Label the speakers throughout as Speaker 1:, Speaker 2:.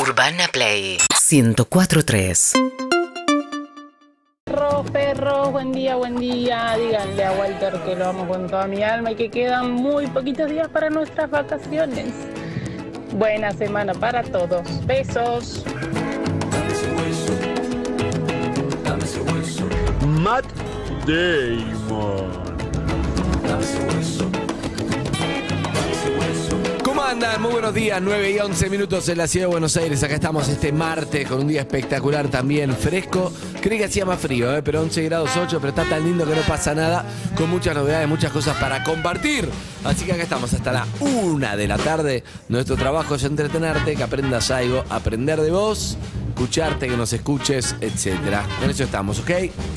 Speaker 1: Urbana Play 1043.
Speaker 2: Perros, perros, buen día, buen día. Díganle a Walter que lo amo con toda mi alma y que quedan muy poquitos días para nuestras vacaciones. Buena semana para todos. Besos.
Speaker 3: Matt Damon.
Speaker 4: ¿Cómo andan? Muy buenos días, 9 y 11 minutos en la ciudad de Buenos Aires. Acá estamos este martes con un día espectacular también, fresco. Creí que hacía más frío, ¿eh? pero 11 grados 8, pero está tan lindo que no pasa nada, con muchas novedades, muchas cosas para compartir. Así que acá estamos hasta la 1 de la tarde. Nuestro trabajo es entretenerte, que aprendas algo, aprender de vos, escucharte, que nos escuches, etcétera. En eso estamos, ¿ok?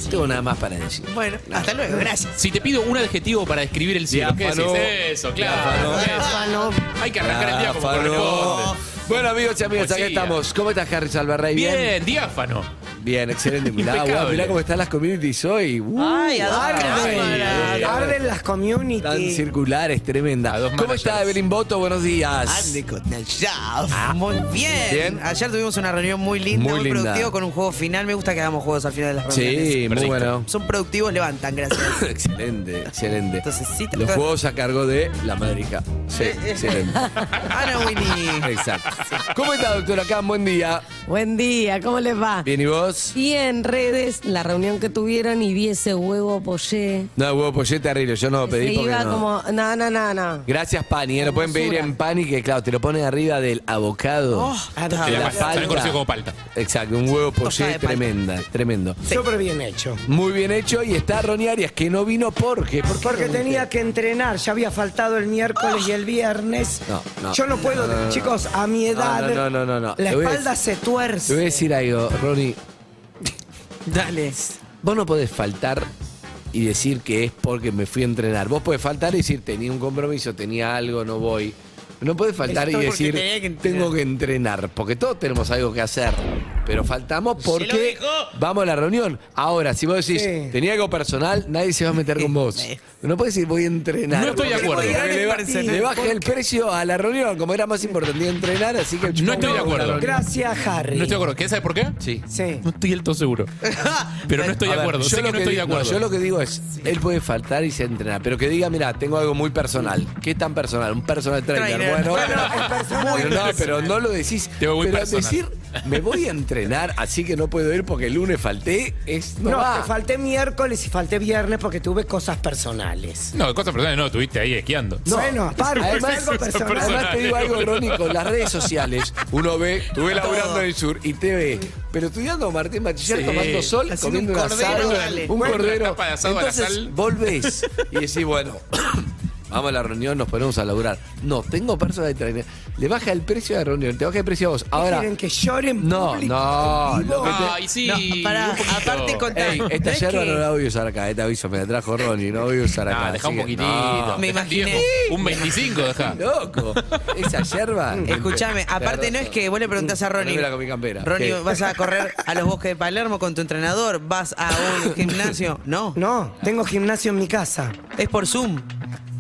Speaker 4: No tengo nada más para decir.
Speaker 5: Bueno, hasta luego, gracias.
Speaker 6: Si te pido un adjetivo para describir el cielo, ¿qué
Speaker 4: Diáfano.
Speaker 6: decís? Eso, claro.
Speaker 5: Gáfalo.
Speaker 6: eso. Hay que arrancar el día como
Speaker 4: Ráfalo.
Speaker 6: corresponde.
Speaker 4: Bueno, amigos y amigas, acá
Speaker 6: Poesía.
Speaker 4: estamos. ¿Cómo estás, Harris Alvarrey?
Speaker 6: Bien, diáfano.
Speaker 4: Bien, excelente. Mirá,
Speaker 6: Impecable.
Speaker 4: guau, mirá cómo están las communities hoy. Uh,
Speaker 5: Ay, a dos
Speaker 4: arden.
Speaker 5: cámaras.
Speaker 4: Arden
Speaker 5: Arden las
Speaker 4: Tan
Speaker 5: community.
Speaker 4: circulares, tremenda.
Speaker 6: A dos
Speaker 4: ¿Cómo
Speaker 6: managers.
Speaker 4: está Evelyn Boto? Buenos días.
Speaker 5: Ande con el shaft. Muy bien.
Speaker 4: Bien.
Speaker 5: Ayer tuvimos una reunión muy linda,
Speaker 4: Muy
Speaker 5: muy,
Speaker 4: linda.
Speaker 5: productiva con un juego final. Me gusta que hagamos juegos al final de las reuniones.
Speaker 4: Sí, muy
Speaker 6: Perdiste.
Speaker 4: bueno.
Speaker 5: Son productivos, levantan, gracias.
Speaker 4: Excelente, excelente.
Speaker 5: Entonces, sí, te-
Speaker 4: Los juegos a cargo de la madrija. Sí, excelente.
Speaker 5: Ana Ah, Winnie.
Speaker 4: Exacto. ¿Cómo está, doctora Cam? Buen día.
Speaker 7: Buen día, ¿cómo les va?
Speaker 4: Bien, ¿y vos?
Speaker 7: Y en redes, la reunión que tuvieron y vi ese huevo pollé.
Speaker 4: No, huevo pollete terrible. Yo no lo pedí
Speaker 7: Se
Speaker 4: porque
Speaker 7: iba
Speaker 4: no.
Speaker 7: como, no, no, no, no.
Speaker 4: Gracias, Pani. ¿eh? Lo pueden pedir
Speaker 7: Hermosura.
Speaker 4: en Pani, que claro, te lo ponen arriba del abocado.
Speaker 5: hasta
Speaker 4: de
Speaker 6: la
Speaker 4: la
Speaker 6: palta. También
Speaker 4: palta.
Speaker 6: conocido como palta.
Speaker 4: Exacto, un huevo
Speaker 5: tostada
Speaker 4: poché
Speaker 5: de palta.
Speaker 4: tremenda, tremendo.
Speaker 8: Súper bien hecho.
Speaker 4: Muy bien hecho y está Ronnie Arias, que no vino porque. ¿Por qué
Speaker 8: Porque
Speaker 4: no
Speaker 8: tenía
Speaker 4: viniste?
Speaker 8: que entrenar, ya había faltado el miércoles y el viernes.
Speaker 4: No, no,
Speaker 8: Yo no puedo,
Speaker 4: no, no, no.
Speaker 8: chicos, a mi edad.
Speaker 4: no, no, no, no.
Speaker 8: La
Speaker 4: Te voy a
Speaker 8: espalda se
Speaker 4: Te voy a
Speaker 8: tuerce.
Speaker 4: decir algo, Ronnie.
Speaker 5: Dale.
Speaker 4: Vos no podés faltar y decir que es porque me fui a entrenar. Vos podés faltar y decir, tenía un compromiso, tenía algo, no voy. No podés faltar
Speaker 5: Estoy
Speaker 4: y
Speaker 5: porque
Speaker 4: decir,
Speaker 5: tenía que entrenar.
Speaker 4: tengo que entrenar, porque todos tenemos algo que hacer. Pero faltamos porque
Speaker 5: dijo.
Speaker 4: vamos a la reunión. Ahora, si vos decís,
Speaker 8: Sí.
Speaker 4: tenía algo personal, nadie se va a meter con vos. No podés decir, voy a entrenar.
Speaker 6: No estoy de
Speaker 4: porque
Speaker 6: acuerdo.
Speaker 4: le-
Speaker 5: Voy a
Speaker 4: Le,
Speaker 5: ir
Speaker 4: ba-
Speaker 5: al partido.
Speaker 4: le bajé el precio a la reunión, como era más importante entrenar, así que...
Speaker 6: No estoy de acuerdo.
Speaker 8: Gracias, Harry.
Speaker 6: No estoy de acuerdo. ¿Qué sabes por qué?
Speaker 4: Sí.
Speaker 8: Sí.
Speaker 6: No estoy del todo seguro. Pero no estoy
Speaker 4: A
Speaker 6: de
Speaker 4: ver,
Speaker 6: acuerdo.
Speaker 4: yo
Speaker 6: Sé
Speaker 4: lo
Speaker 6: que no estoy de
Speaker 4: di- no,
Speaker 6: acuerdo.
Speaker 4: yo lo que digo es, él puede faltar y se entrena, pero que diga, mira, tengo algo muy personal. ¿Qué tan personal? Un personal trainer.
Speaker 5: Trainer.
Speaker 4: Bueno,
Speaker 5: Bueno,
Speaker 4: pero
Speaker 8: es personal.
Speaker 4: no, pero no lo decís.
Speaker 6: Te voy muy
Speaker 4: pero
Speaker 6: personal.
Speaker 4: decir, me voy a entrenar, así que no puedo ir porque el lunes falté, es no,
Speaker 8: No,
Speaker 4: va.
Speaker 8: te falté miércoles y falté viernes porque tuve cosas personales.
Speaker 6: No, cosas personales no, estuviste ahí esquiando.
Speaker 4: No.
Speaker 8: Bueno, aparte,
Speaker 4: Además-
Speaker 8: es algo personal.
Speaker 4: Además te digo algo, Ronnie, con las redes sociales, uno ve, estuve laburando
Speaker 5: Todo.
Speaker 4: en el sur y te ve, pero estudiando Martín Bachiller,
Speaker 6: Sí.
Speaker 4: tomando sol,
Speaker 5: Haciendo
Speaker 4: comiendo
Speaker 5: un
Speaker 4: un
Speaker 5: cordero,
Speaker 4: asado,
Speaker 5: dale.
Speaker 4: un
Speaker 6: Una
Speaker 4: cordero.
Speaker 6: tapa de asado a la
Speaker 4: Entonces
Speaker 6: sal.
Speaker 4: volvés y decís, bueno, vamos a la reunión, nos ponemos a laburar. No, tengo personal trainer. Le baja el precio de la reunión, te baja el precio a vos. Ahora,
Speaker 8: Quieren que lloren
Speaker 4: no, no, lo que te-
Speaker 6: Ay, sí.
Speaker 5: No, pará,
Speaker 6: un poquito.
Speaker 5: aparte con-
Speaker 4: Ey, esta
Speaker 5: ¿Sabés
Speaker 4: yerba
Speaker 5: qué?
Speaker 4: no la voy a usar acá, eh, te aviso, me la trajo Ronnie, no voy a usar acá.
Speaker 6: Ah, dejá un
Speaker 4: así que-
Speaker 6: poquitito.
Speaker 4: no.
Speaker 5: Me
Speaker 6: Dejá
Speaker 5: imaginé.
Speaker 6: tiempo. Un 25 dejá.
Speaker 4: Loco, esa yerba.
Speaker 5: Escuchame, aparte no es que vos le preguntás a Ronnie.
Speaker 4: Ponémela con mi campera.
Speaker 5: Ronnie,
Speaker 4: ¿Qué?
Speaker 5: ¿vas a correr a los bosques de Palermo con tu entrenador? ¿Vas a un gimnasio? No.
Speaker 8: No, tengo gimnasio en mi casa.
Speaker 5: Es por Zoom.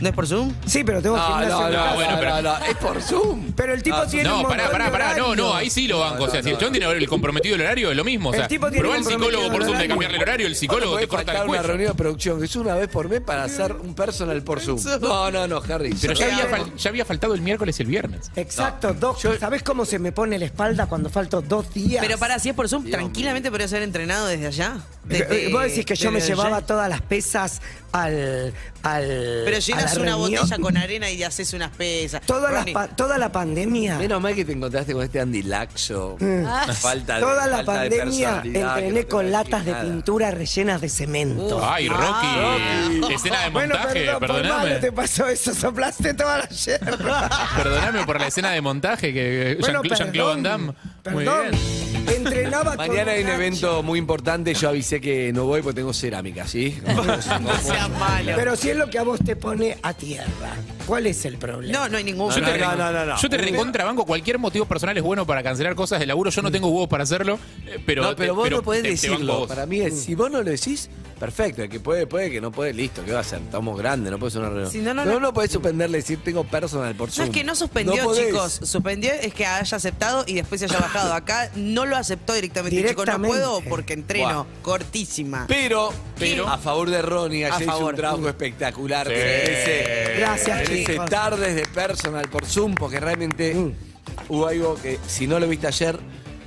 Speaker 5: ¿No es por Zoom?
Speaker 8: Sí, pero tengo
Speaker 4: No,
Speaker 8: gimnasio
Speaker 4: no,
Speaker 8: en mi
Speaker 4: no,
Speaker 8: casa.
Speaker 4: bueno, pero... no, no, es por Zoom.
Speaker 8: Pero el tipo
Speaker 4: Ah,
Speaker 8: tiene un
Speaker 6: No,
Speaker 8: montón
Speaker 6: pará, pará,
Speaker 8: de
Speaker 6: pará. No, no,
Speaker 8: horarios.
Speaker 6: ahí sí lo banco. o sea, si el chon tiene el comprometido el horario, es lo mismo. O
Speaker 8: El
Speaker 6: sea,
Speaker 8: tipo tiene
Speaker 6: probá el psicólogo por
Speaker 8: comprometido
Speaker 6: Zoom de
Speaker 8: el
Speaker 6: cambiarle el horario, el psicólogo
Speaker 4: Puede
Speaker 6: te corta el
Speaker 4: faltar una
Speaker 6: cuello.
Speaker 4: reunión de producción que es una vez por mes para hacer un personal por Zoom. No, no, no, Harry.
Speaker 6: Pero ya
Speaker 4: yo-
Speaker 6: había, fal- ya había faltado el miércoles y el viernes.
Speaker 8: Exacto, dos. ¿Sabés cómo se me pone la espalda cuando falto dos días?
Speaker 5: Pero pará, si es por Zoom, tranquilamente podrías haber entrenado desde allá.
Speaker 8: Eh,
Speaker 5: Desde-
Speaker 8: Vos decís que yo me
Speaker 5: desde allá.
Speaker 8: llevaba todas las pesas al. al
Speaker 5: Pero
Speaker 8: a
Speaker 5: llenas
Speaker 8: la
Speaker 5: una
Speaker 8: reunión.
Speaker 5: botella con arena y haces unas pesas.
Speaker 8: Toda la,
Speaker 5: Ronnie,
Speaker 8: pa- toda la pandemia.
Speaker 4: Menos mal que te encontraste con este Andy Laxo. Falta de,
Speaker 8: Toda la
Speaker 4: falta de
Speaker 8: pandemia
Speaker 4: personalidad, que no
Speaker 8: entrené
Speaker 4: te
Speaker 8: con
Speaker 4: voy a decir
Speaker 8: latas de
Speaker 4: nada.
Speaker 8: pintura rellenas de cemento.
Speaker 6: Ay, Rocky. Escena de
Speaker 8: bueno,
Speaker 6: montaje,
Speaker 8: perdón, por malo
Speaker 6: perdóname.
Speaker 8: te pasó eso, soplaste toda la yerba.
Speaker 6: Perdóname por la escena de montaje que que
Speaker 8: bueno,
Speaker 6: Jean- Jean-Claude Van Damme. Muy
Speaker 8: perdón.
Speaker 6: bien.
Speaker 8: Entrenaba con
Speaker 4: Mañana hay un
Speaker 8: una
Speaker 4: evento muy importante. Yo avisé que no voy porque tengo cerámica, ¿sí?
Speaker 5: No seas malo.
Speaker 8: Pero si es lo que a vos te pone a tierra. ¿Cuál es el problema?
Speaker 5: No, no hay ningún
Speaker 6: yo te,
Speaker 5: problema.
Speaker 6: no, yo te recontrabanco, cualquier motivo personal es bueno para cancelar cosas de laburo. Yo no tengo huevos para hacerlo, eh, pero.
Speaker 4: no, pero
Speaker 6: te-
Speaker 4: vos no podés
Speaker 6: te- te banco
Speaker 4: decirlo.
Speaker 6: vos.
Speaker 4: Para mí
Speaker 5: Mm.
Speaker 4: es, si vos no lo decís, perfecto. El que puede, puede, el que no puede, listo. ¿Qué va a hacer? Estamos grandes, no puedes una reunión.
Speaker 5: Sí, no, no,
Speaker 4: pero
Speaker 5: no.
Speaker 4: vos no podés suspenderle y decir, tengo personal por
Speaker 5: No,
Speaker 4: Zoom.
Speaker 5: es que no suspendió,
Speaker 4: podés.
Speaker 5: chicos. Suspendió es que haya aceptado y después se haya bajado. Acá no lo aceptó directamente, chicos. No
Speaker 8: Directamente.
Speaker 5: puedo porque
Speaker 4: Buah.
Speaker 5: entreno. Cortísima.
Speaker 4: Pero,
Speaker 5: Pero-
Speaker 4: a favor de Ronnie, ayer hizo un
Speaker 5: favor.
Speaker 4: trabajo espectacular.
Speaker 6: Sí.
Speaker 4: Merece-
Speaker 8: Gracias,
Speaker 4: merece
Speaker 8: chicos.
Speaker 4: tardes de personal por Zoom, porque realmente
Speaker 5: Mm.
Speaker 4: hubo algo que, si no lo viste ayer,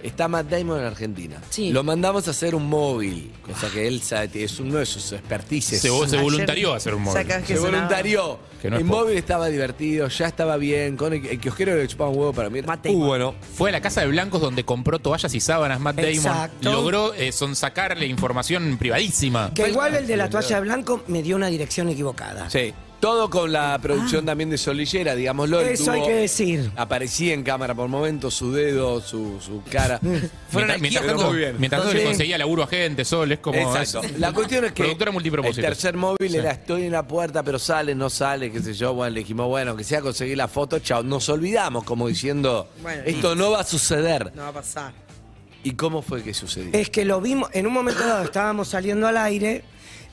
Speaker 4: está Matt Damon en Argentina.
Speaker 7: Sí.
Speaker 4: Lo mandamos a hacer un móvil, cosa que él sabe, es uno de sus expertices.
Speaker 6: Se, se
Speaker 5: Ayer-
Speaker 6: voluntarió a hacer un móvil.
Speaker 5: Sacás que
Speaker 4: Se
Speaker 5: sonaba.
Speaker 4: voluntarió.
Speaker 6: Que no es
Speaker 4: el
Speaker 6: poco.
Speaker 4: móvil estaba divertido, ya estaba bien. Con el, el kiosquero le chupaba un huevo para mí. era
Speaker 5: Matt
Speaker 4: muy
Speaker 8: Uh,
Speaker 5: Damon.
Speaker 4: bueno.
Speaker 6: Fue a la casa de blancos donde compró toallas y sábanas Matt Damon.
Speaker 8: Exacto.
Speaker 6: Logró eh, son sacarle información privadísima.
Speaker 5: pues,
Speaker 8: Que igual el de la toalla de blanco me dio una dirección equivocada.
Speaker 4: Sí. Todo con la producción también de Solillera, digámoslo. él
Speaker 8: Eso
Speaker 4: tuvo-
Speaker 8: hay que decir.
Speaker 4: Aparecía en cámara por momentos su dedo, su, su cara.
Speaker 5: Fueron
Speaker 6: mientras,
Speaker 5: al
Speaker 6: mientras
Speaker 5: kiosco.
Speaker 6: tanto-
Speaker 4: Muy bien.
Speaker 6: mientras tanto le
Speaker 4: Sí.
Speaker 6: conseguía laburo a gente, Sol, es como...
Speaker 4: Exacto.
Speaker 6: es-
Speaker 4: La cuestión es que
Speaker 6: Productora multipropósito.
Speaker 4: el tercer móvil era estoy en la puerta, pero sale, no sale, qué sé yo. Bueno, le dijimos, bueno, que sea conseguir la foto, chao. Nos olvidamos, como diciendo,
Speaker 5: Bueno,
Speaker 4: esto no va a suceder.
Speaker 5: No va a pasar.
Speaker 4: ¿Y cómo fue que sucedió?
Speaker 8: Es que lo vimos, en un momento dado estábamos saliendo al aire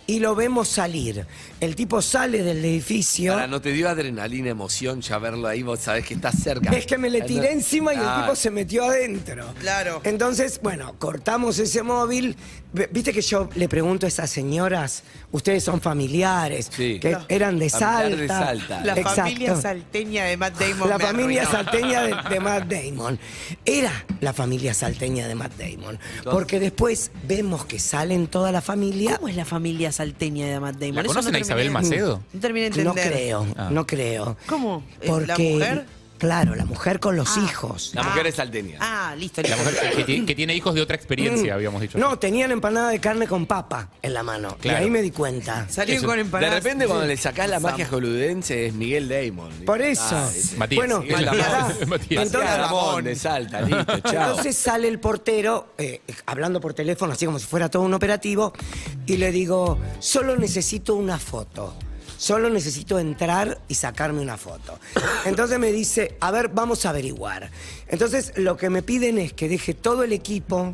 Speaker 8: y lo vemos salir. El tipo sale del edificio.
Speaker 4: Ahora, ¿no te dio adrenalina, emoción ya verlo ahí? Vos sabés que estás cerca.
Speaker 8: Es que me le tiré encima y
Speaker 4: Ah,
Speaker 8: el tipo se metió adentro.
Speaker 5: Claro.
Speaker 8: Entonces, bueno, cortamos ese móvil. V- Viste que yo le pregunto a esas señoras, ustedes son familiares,
Speaker 4: Sí.
Speaker 8: que
Speaker 4: Claro.
Speaker 8: eran de Salta.
Speaker 4: Familiar de Salta.
Speaker 5: La
Speaker 8: Exacto.
Speaker 5: familia salteña de Matt Damon.
Speaker 8: La
Speaker 5: me
Speaker 8: familia
Speaker 5: arruinó.
Speaker 8: salteña de, de Matt Damon. Era la familia salteña de Matt Damon. Porque después vemos que salen toda la familia.
Speaker 5: ¿Cómo es la familia salteña de Matt Damon?
Speaker 6: ¿La
Speaker 5: Eso
Speaker 6: conocen
Speaker 5: no
Speaker 6: a Isabel
Speaker 5: terminé de-
Speaker 6: Macedo?
Speaker 8: Mm.
Speaker 5: No terminé de
Speaker 8: No
Speaker 5: entender.
Speaker 8: creo,
Speaker 6: Ah.
Speaker 8: no creo.
Speaker 5: ¿Cómo? ¿Eh,
Speaker 8: Porque,
Speaker 5: la mujer?
Speaker 8: Claro, la mujer con los hijos.
Speaker 4: La mujer es salteña.
Speaker 5: Ah, listo.
Speaker 6: La
Speaker 5: listo.
Speaker 6: mujer que, ti- que tiene hijos de otra experiencia, habíamos dicho.
Speaker 8: Mm. No, tenían empanada de carne con papa en la mano.
Speaker 6: Claro.
Speaker 8: Y ahí me di cuenta.
Speaker 5: Salieron
Speaker 6: Eso.
Speaker 5: con
Speaker 4: De
Speaker 5: empanadas.
Speaker 4: repente, cuando le sacás la
Speaker 5: Pasamos.
Speaker 4: magia hollywoodense, es Miguel Damon.
Speaker 8: Por eso.
Speaker 4: Ah, es-
Speaker 6: Matías.
Speaker 8: Bueno,
Speaker 4: Miguel Lamón.
Speaker 8: pará.
Speaker 6: Matías.
Speaker 8: Entonces,
Speaker 4: Matías Lamón de Salta, listo, chao.
Speaker 8: Entonces sale el portero, eh, hablando por teléfono, así como si fuera todo un operativo, y le digo, solo necesito una foto. Solo necesito entrar y sacarme una foto. Entonces me dice, a ver, vamos a averiguar. Entonces lo que me piden es que deje todo el equipo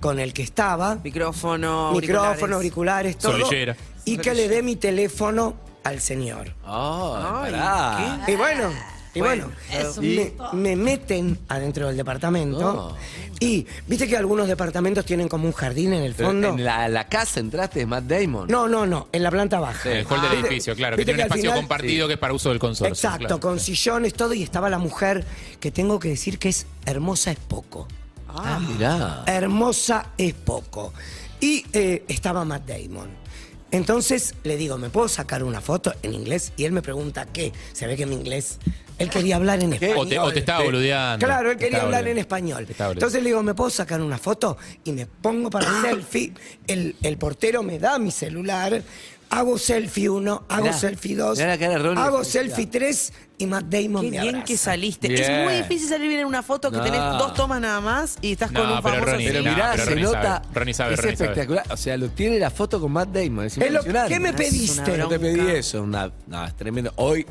Speaker 8: con el que estaba,
Speaker 5: Micrófono,
Speaker 8: micrófono,
Speaker 5: auriculares.
Speaker 8: auriculares, todo,
Speaker 6: Solillera.
Speaker 8: y que le dé mi teléfono al señor.
Speaker 4: Ah,
Speaker 5: Ay,
Speaker 4: pará.
Speaker 8: Y bueno, y bueno,
Speaker 7: es un
Speaker 8: me, me meten adentro del departamento
Speaker 4: No.
Speaker 8: y viste que algunos departamentos tienen como un jardín en el
Speaker 4: Pero
Speaker 8: fondo.
Speaker 4: En la, la casa entraste de Matt Damon.
Speaker 8: No, no, no, en la planta baja.
Speaker 6: El hall del
Speaker 8: Viste-
Speaker 6: edificio, claro. Que
Speaker 8: viste
Speaker 6: tiene un
Speaker 8: al
Speaker 6: espacio
Speaker 8: final-
Speaker 6: compartido que es para uso del consorcio.
Speaker 8: Exacto,
Speaker 6: claro.
Speaker 8: con sillones, todo, y estaba la mujer que tengo que decir que es hermosa es poco.
Speaker 4: Ah, mirá.
Speaker 8: Hermosa es poco. Y eh, estaba Matt Damon. Entonces le digo, ¿me puedo sacar una foto en inglés? Y él me pregunta qué. Se ve que mi inglés. Él quería hablar en español.
Speaker 6: O te, o te estaba
Speaker 4: Sí.
Speaker 6: boludeando.
Speaker 8: este. Claro, él
Speaker 6: Te
Speaker 8: quería
Speaker 6: estaba
Speaker 8: hablar en
Speaker 6: boludeando.
Speaker 8: español.
Speaker 6: Te estaba boludeando.
Speaker 8: Entonces le digo, ¿me puedo sacar una foto? Y me pongo para el selfie. El, el portero me da mi celular. Hago selfie 1, hago
Speaker 4: Mirá,
Speaker 8: selfie 2,
Speaker 4: mirá la cara de Ronnie.
Speaker 8: hago selfie 3 y Matt Damon
Speaker 5: Qué
Speaker 8: me
Speaker 5: bien
Speaker 8: abraza.
Speaker 5: que saliste.
Speaker 4: Bien.
Speaker 5: Es muy difícil salir bien en una foto que
Speaker 4: No.
Speaker 5: tenés dos tomas nada más y estás con
Speaker 6: No,
Speaker 5: un
Speaker 6: pero
Speaker 5: famoso.
Speaker 6: Ronnie,
Speaker 4: Pero
Speaker 5: así.
Speaker 6: no.
Speaker 4: mirá,
Speaker 6: pero
Speaker 4: se
Speaker 6: Ronnie
Speaker 4: nota.
Speaker 6: sabe, Ronnie sabe,
Speaker 4: es
Speaker 6: Ronnie sabe.
Speaker 4: espectacular. O sea, lo tiene la foto con Matt Damon. Es
Speaker 8: Es lo-
Speaker 4: impresionante.
Speaker 8: ¿Qué me
Speaker 5: Es una
Speaker 8: pediste?
Speaker 4: No te pedí eso. una- no, es tremendo. Hoy.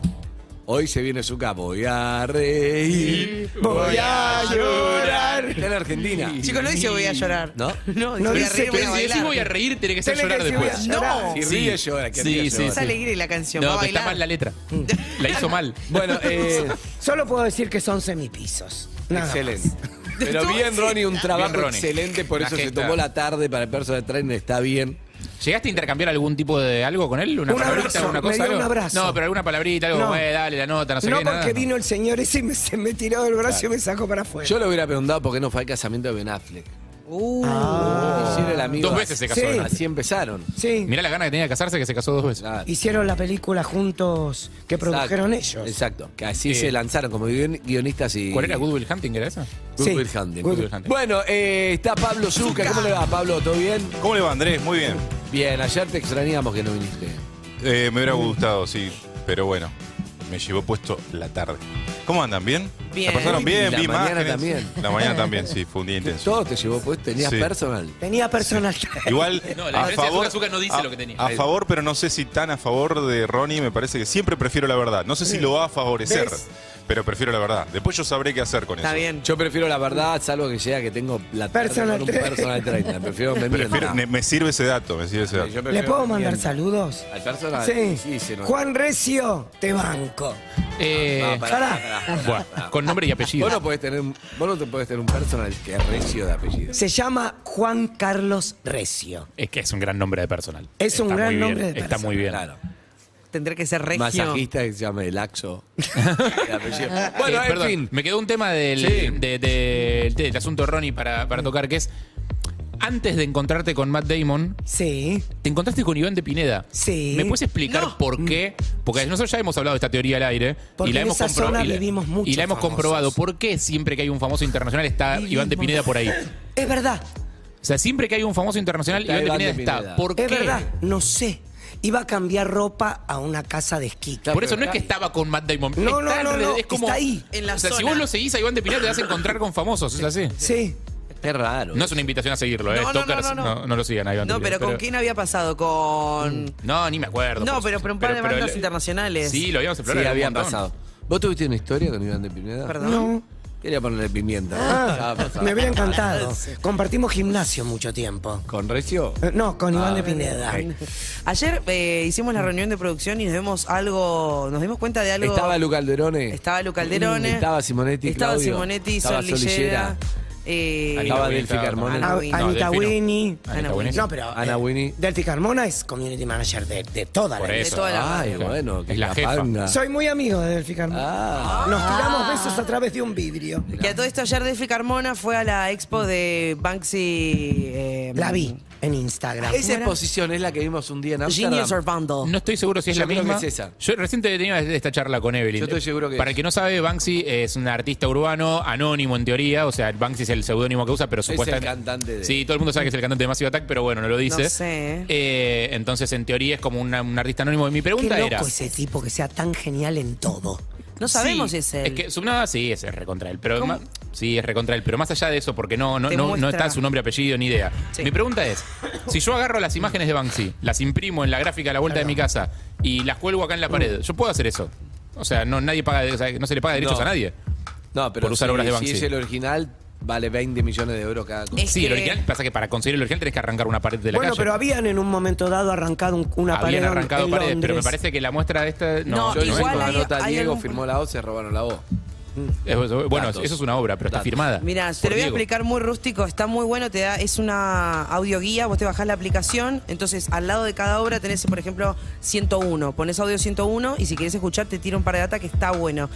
Speaker 4: Hoy se viene su capo. Voy a reír. Voy a llorar. Está en Argentina.
Speaker 5: Chicos, no dice voy a llorar.
Speaker 4: ¿No?
Speaker 5: No,
Speaker 8: No
Speaker 5: voy a
Speaker 8: dice
Speaker 5: reír, voy
Speaker 8: que-
Speaker 5: a
Speaker 6: Pero si decís
Speaker 5: bailar.
Speaker 6: voy a reír, tiene que ser
Speaker 8: Tiene
Speaker 6: llorar
Speaker 8: que decir, voy a
Speaker 6: después.
Speaker 8: llorar.
Speaker 5: No.
Speaker 4: Si ríe, llora. Que
Speaker 6: Sí,
Speaker 4: ríe,
Speaker 6: sí,
Speaker 4: llora.
Speaker 5: Es alegre la canción. va
Speaker 6: No,
Speaker 5: a
Speaker 6: pero está
Speaker 5: bailar.
Speaker 6: mal la letra.
Speaker 8: Mm.
Speaker 6: La hizo mal.
Speaker 4: Bueno, eh,
Speaker 8: Solo puedo decir que son semipisos. Nada más.
Speaker 4: excelente. Pero bien, Ronnie, un trabajo
Speaker 6: Ronnie.
Speaker 4: excelente. Por
Speaker 6: Una
Speaker 4: eso se
Speaker 6: gesta.
Speaker 4: tomó la tarde para el personal trainer. Está bien.
Speaker 6: ¿Llegaste a intercambiar algún tipo de algo con él? ¿Una
Speaker 8: Un
Speaker 6: palabrita?
Speaker 8: abrazo,
Speaker 6: ¿Una
Speaker 8: me
Speaker 6: cosa?
Speaker 8: dio un
Speaker 6: algo?
Speaker 8: abrazo.
Speaker 6: No, pero alguna palabrita, algo
Speaker 8: No.
Speaker 6: como, eh, dale la nota, no sé
Speaker 8: no
Speaker 6: qué.
Speaker 8: porque
Speaker 6: nada,
Speaker 8: vino el señor ese y me, se me tiró del brazo y me sacó para afuera.
Speaker 4: Yo le hubiera preguntado por qué no fue al casamiento de Ben Affleck.
Speaker 5: Uh,
Speaker 4: Hicieron el amigo.
Speaker 6: Ah. Dos veces se casó
Speaker 8: Sí.
Speaker 6: Ben Affleck.
Speaker 4: Así empezaron.
Speaker 8: Ah. Sí.
Speaker 6: Mirá la gana que tenía de casarse que se casó dos
Speaker 8: Ah,
Speaker 6: veces.
Speaker 4: Claro.
Speaker 8: Hicieron la película juntos que produjeron
Speaker 4: Exacto.
Speaker 8: ellos.
Speaker 4: Exacto. Que así
Speaker 6: Sí.
Speaker 4: se lanzaron como guion- guionistas y.
Speaker 6: ¿Cuál era? ¿Goodwill Hunting era esa?
Speaker 4: Good
Speaker 8: Sí.
Speaker 4: Will Hunting.
Speaker 6: Good Will Hunting.
Speaker 4: Bueno, eh, está Pablo Zucca. ¿Cómo le va, Pablo? ¿Todo bien?
Speaker 3: ¿Cómo le va, Andrés? Muy bien.
Speaker 4: Bien, ayer te extrañamos que no viniste.
Speaker 8: Mm.
Speaker 3: Eh, me hubiera gustado, sí, pero bueno. me llevó puesto la tarde. ¿Cómo andan? ¿Bien?
Speaker 5: Bien.
Speaker 3: ¿La pasaron bien?
Speaker 4: La
Speaker 3: vi
Speaker 4: mañana
Speaker 3: imágenes.
Speaker 4: también.
Speaker 3: La mañana también, sí, fue un día intenso.
Speaker 4: Todo te llevó, pues tenías
Speaker 3: Sí.
Speaker 4: personal.
Speaker 8: Tenía personal.
Speaker 3: Igual,
Speaker 6: No, la
Speaker 3: a
Speaker 6: diferencia de
Speaker 3: favor,
Speaker 6: azúcar, azúcar no dice
Speaker 3: a,
Speaker 6: lo que tenía.
Speaker 3: a favor, pero no sé si tan a favor de Ronnie, me parece que siempre prefiero la verdad. No sé si lo va a favorecer,
Speaker 8: ¿Ves?
Speaker 3: pero prefiero la verdad. Después yo sabré qué hacer con
Speaker 5: Está
Speaker 3: eso.
Speaker 5: bien.
Speaker 4: Yo prefiero la verdad, salvo que sea que tengo la tarde
Speaker 8: Personal
Speaker 4: con un
Speaker 8: trainer.
Speaker 4: personal trainer. Prefiero me
Speaker 3: Prefiero-
Speaker 4: mientan.
Speaker 3: me, me sirve ese dato, me sirve ese
Speaker 4: Yo
Speaker 3: dato.
Speaker 4: prefiero
Speaker 8: ¿Le puedo
Speaker 4: que me
Speaker 8: mandar
Speaker 4: mientan.
Speaker 8: saludos?
Speaker 4: Al personal.
Speaker 8: Sí.
Speaker 4: se nos-
Speaker 8: Juan Recio, te banco.
Speaker 6: Eh,
Speaker 4: No, pará,
Speaker 8: Pará.
Speaker 3: Ah,
Speaker 4: pará.
Speaker 6: bueno, con nombre y apellido.
Speaker 4: Vos no, podés tener, un- vos no te podés tener un personal que es recio de apellido.
Speaker 8: Se llama Juan Carlos Recio.
Speaker 6: es que es un gran nombre de personal.
Speaker 8: Es un gran
Speaker 6: muy bien,
Speaker 8: nombre de
Speaker 6: Está muy bien.
Speaker 4: Claro.
Speaker 5: Tendré que ser regio.
Speaker 4: Masajista que se llame el Axo. De apellido. bueno,
Speaker 6: Eh,
Speaker 4: en
Speaker 6: perdón,
Speaker 4: fin.
Speaker 6: me quedó un tema del,
Speaker 4: Sí.
Speaker 6: de- de- del asunto Ronnie para,
Speaker 8: Mm.
Speaker 6: para tocar, que es antes de encontrarte con Matt Damon,
Speaker 8: Sí,
Speaker 6: te encontraste con Iván de Pineda.
Speaker 8: Sí. Mm.
Speaker 6: ¿Me puedes explicar por qué? Porque nosotros ya hemos hablado de esta teoría al aire.
Speaker 8: Porque
Speaker 6: y la
Speaker 8: en
Speaker 6: hemos
Speaker 8: esa
Speaker 6: compro-
Speaker 8: zona
Speaker 6: y la-
Speaker 8: vivimos muchos
Speaker 6: Y la hemos
Speaker 8: famosos.
Speaker 6: comprobado. ¿Por qué siempre que hay un famoso internacional está Iván de Pineda por ahí? O
Speaker 8: es verdad.
Speaker 6: sea, siempre que hay un famoso internacional,
Speaker 4: Está
Speaker 6: Iván de
Speaker 4: Iván de
Speaker 6: Pineda está.
Speaker 4: Pineda.
Speaker 6: ¿Por qué?
Speaker 8: Es verdad, no sé. Iba a cambiar ropa a una casa de esquí.
Speaker 6: Por eso no es que estaba con Matt Damon.
Speaker 8: No,
Speaker 6: Está
Speaker 8: no, no,
Speaker 6: en-
Speaker 8: no,
Speaker 6: Es como,
Speaker 8: está ahí,
Speaker 5: en la
Speaker 6: o sea, si
Speaker 5: zona.
Speaker 6: vos lo seguís a Iván de Pineda, te vas a encontrar con famosos. ¿Es así?
Speaker 8: Sí.
Speaker 4: Qué raro.
Speaker 6: No es una invitación a seguirlo, ¿eh?
Speaker 5: No, no,
Speaker 6: Stalkers,
Speaker 5: no, no, no.
Speaker 6: lo sigan a Iván de
Speaker 5: No, pero
Speaker 6: Pineda,
Speaker 5: ¿con quién había pasado?
Speaker 4: Mm.
Speaker 5: Con.
Speaker 6: No, ni me acuerdo.
Speaker 5: No,
Speaker 6: por
Speaker 5: pero
Speaker 6: supuesto.
Speaker 5: por un par de
Speaker 6: Pero-
Speaker 5: bandas
Speaker 6: pero-
Speaker 5: internacionales.
Speaker 6: Sí, lo habíamos
Speaker 4: Sí,
Speaker 6: explorado.
Speaker 4: había
Speaker 6: un montón.
Speaker 4: pasado. ¿Vos tuviste una historia con Iván de Pineda?
Speaker 5: Perdón.
Speaker 8: No.
Speaker 4: Quería ponerle pimienta.
Speaker 8: Ah,
Speaker 4: Estaba pasado.
Speaker 8: me hubiera encantado. Compartimos gimnasio mucho tiempo.
Speaker 4: ¿Con recio? Ah,
Speaker 8: Eh, No, con Iván de Pineda.
Speaker 5: Ayer eh, hicimos la
Speaker 8: Mm.
Speaker 5: reunión de producción y nos vemos algo. Nos dimos cuenta de algo.
Speaker 4: Estaba Lu Calderone.
Speaker 5: Estaba Lu Calderone.
Speaker 4: Estaba Simonetti,
Speaker 5: Estaba
Speaker 4: Claudio.
Speaker 5: Simonetti,
Speaker 4: Estaba
Speaker 5: Sol
Speaker 4: Sol
Speaker 5: Lillera.
Speaker 4: Lillera.
Speaker 5: eh,
Speaker 4: Estaba
Speaker 6: Ana
Speaker 4: Delphi
Speaker 6: Winnie,
Speaker 4: Carmona.
Speaker 5: Ana
Speaker 8: A-
Speaker 5: Ah, Winnie.
Speaker 6: No,
Speaker 8: Anita
Speaker 6: Delphi no.
Speaker 8: Winnie.
Speaker 6: Ana
Speaker 5: Ana
Speaker 6: Winnie.
Speaker 8: No, pero. eh,
Speaker 4: Ana Winnie.
Speaker 8: Delphi Carmona es community manager de, de toda
Speaker 6: Por
Speaker 8: la
Speaker 6: eso. Ah,
Speaker 5: toda la
Speaker 4: Ay, bueno, que
Speaker 6: Es la jefa.
Speaker 4: panga.
Speaker 8: Soy muy amigo de Delphi Carmona.
Speaker 4: Ah.
Speaker 8: Nos tiramos besos a través de un vidrio.
Speaker 5: Que a todo esto ayer Delphi Carmona fue a la expo de Banksy. eh,
Speaker 8: La vi en Instagram.
Speaker 4: Esa exposición es la que vimos un día en Amsterdam.
Speaker 5: Genius or Vandal.
Speaker 6: No estoy seguro si es
Speaker 4: Yo
Speaker 6: la
Speaker 4: creo
Speaker 6: misma.
Speaker 4: que es esa.
Speaker 6: Yo recién tenía esta charla con Evelyn.
Speaker 4: Yo estoy seguro que
Speaker 6: Para
Speaker 4: es.
Speaker 6: el que no sabe, Banksy es un artista urbano, anónimo en teoría. O sea, Banksy es el seudónimo que usa, pero supuestamente.
Speaker 4: el cantante de-
Speaker 6: Sí, todo el mundo sabe que es el cantante de Massive Attack, pero bueno, no lo dice.
Speaker 5: No sé.
Speaker 6: Eh, entonces, en teoría, es como una- un artista anónimo. Y mi pregunta
Speaker 8: Qué loco
Speaker 6: era.
Speaker 8: ese tipo que sea tan genial en todo.
Speaker 5: No sabemos
Speaker 6: Sí,
Speaker 5: si es él.
Speaker 6: que su- no, sí, es recontra él. Pero
Speaker 5: ¿Cómo?
Speaker 6: ma- sí, es recontra él. Pero más allá de eso, porque no, no,
Speaker 5: Te
Speaker 6: no, no
Speaker 5: muestra-
Speaker 6: está su nombre, apellido, ni idea.
Speaker 5: Sí.
Speaker 6: Mi pregunta es: si yo agarro las imágenes de Banksy, las imprimo en la gráfica a la vuelta de mi casa y las cuelgo acá en la pared, ¿yo puedo hacer eso? O sea, no, nadie paga, o sea, no se le paga derechos
Speaker 4: No.
Speaker 6: a nadie.
Speaker 4: No, pero
Speaker 6: Por usar
Speaker 4: si,
Speaker 6: obras de
Speaker 4: si
Speaker 6: Banksy.
Speaker 4: es el original, vale 20 millones de euros cada cosa.
Speaker 5: Es
Speaker 6: sí,
Speaker 5: que-
Speaker 6: el original, pasa que para conseguir el original tenés que arrancar una pared de la
Speaker 8: bueno,
Speaker 6: calle.
Speaker 8: pero habían en un momento dado arrancado un- una pared.
Speaker 6: Habían
Speaker 8: en-
Speaker 6: arrancado
Speaker 8: en
Speaker 6: paredes, pero me
Speaker 8: Londres.
Speaker 6: parece que la muestra de esta. No,
Speaker 4: Yo
Speaker 5: No,
Speaker 6: no
Speaker 5: igual
Speaker 4: hice una
Speaker 5: hay-
Speaker 4: nota,
Speaker 5: hay
Speaker 4: Diego
Speaker 5: algún-
Speaker 4: firmó la voz, se robaron la voz.
Speaker 6: es- es- bueno,
Speaker 4: Datos.
Speaker 6: eso es una obra, pero está
Speaker 4: Datos.
Speaker 6: firmada.
Speaker 5: Mira, te
Speaker 6: por
Speaker 5: lo voy a
Speaker 6: Diego.
Speaker 5: explicar muy rústico, está muy bueno, te da, es una audioguía, vos te bajás la aplicación, entonces al lado de cada obra tenés, por ejemplo, 101, pones audio 101 y si querés escuchar te tira un par de data que está bueno.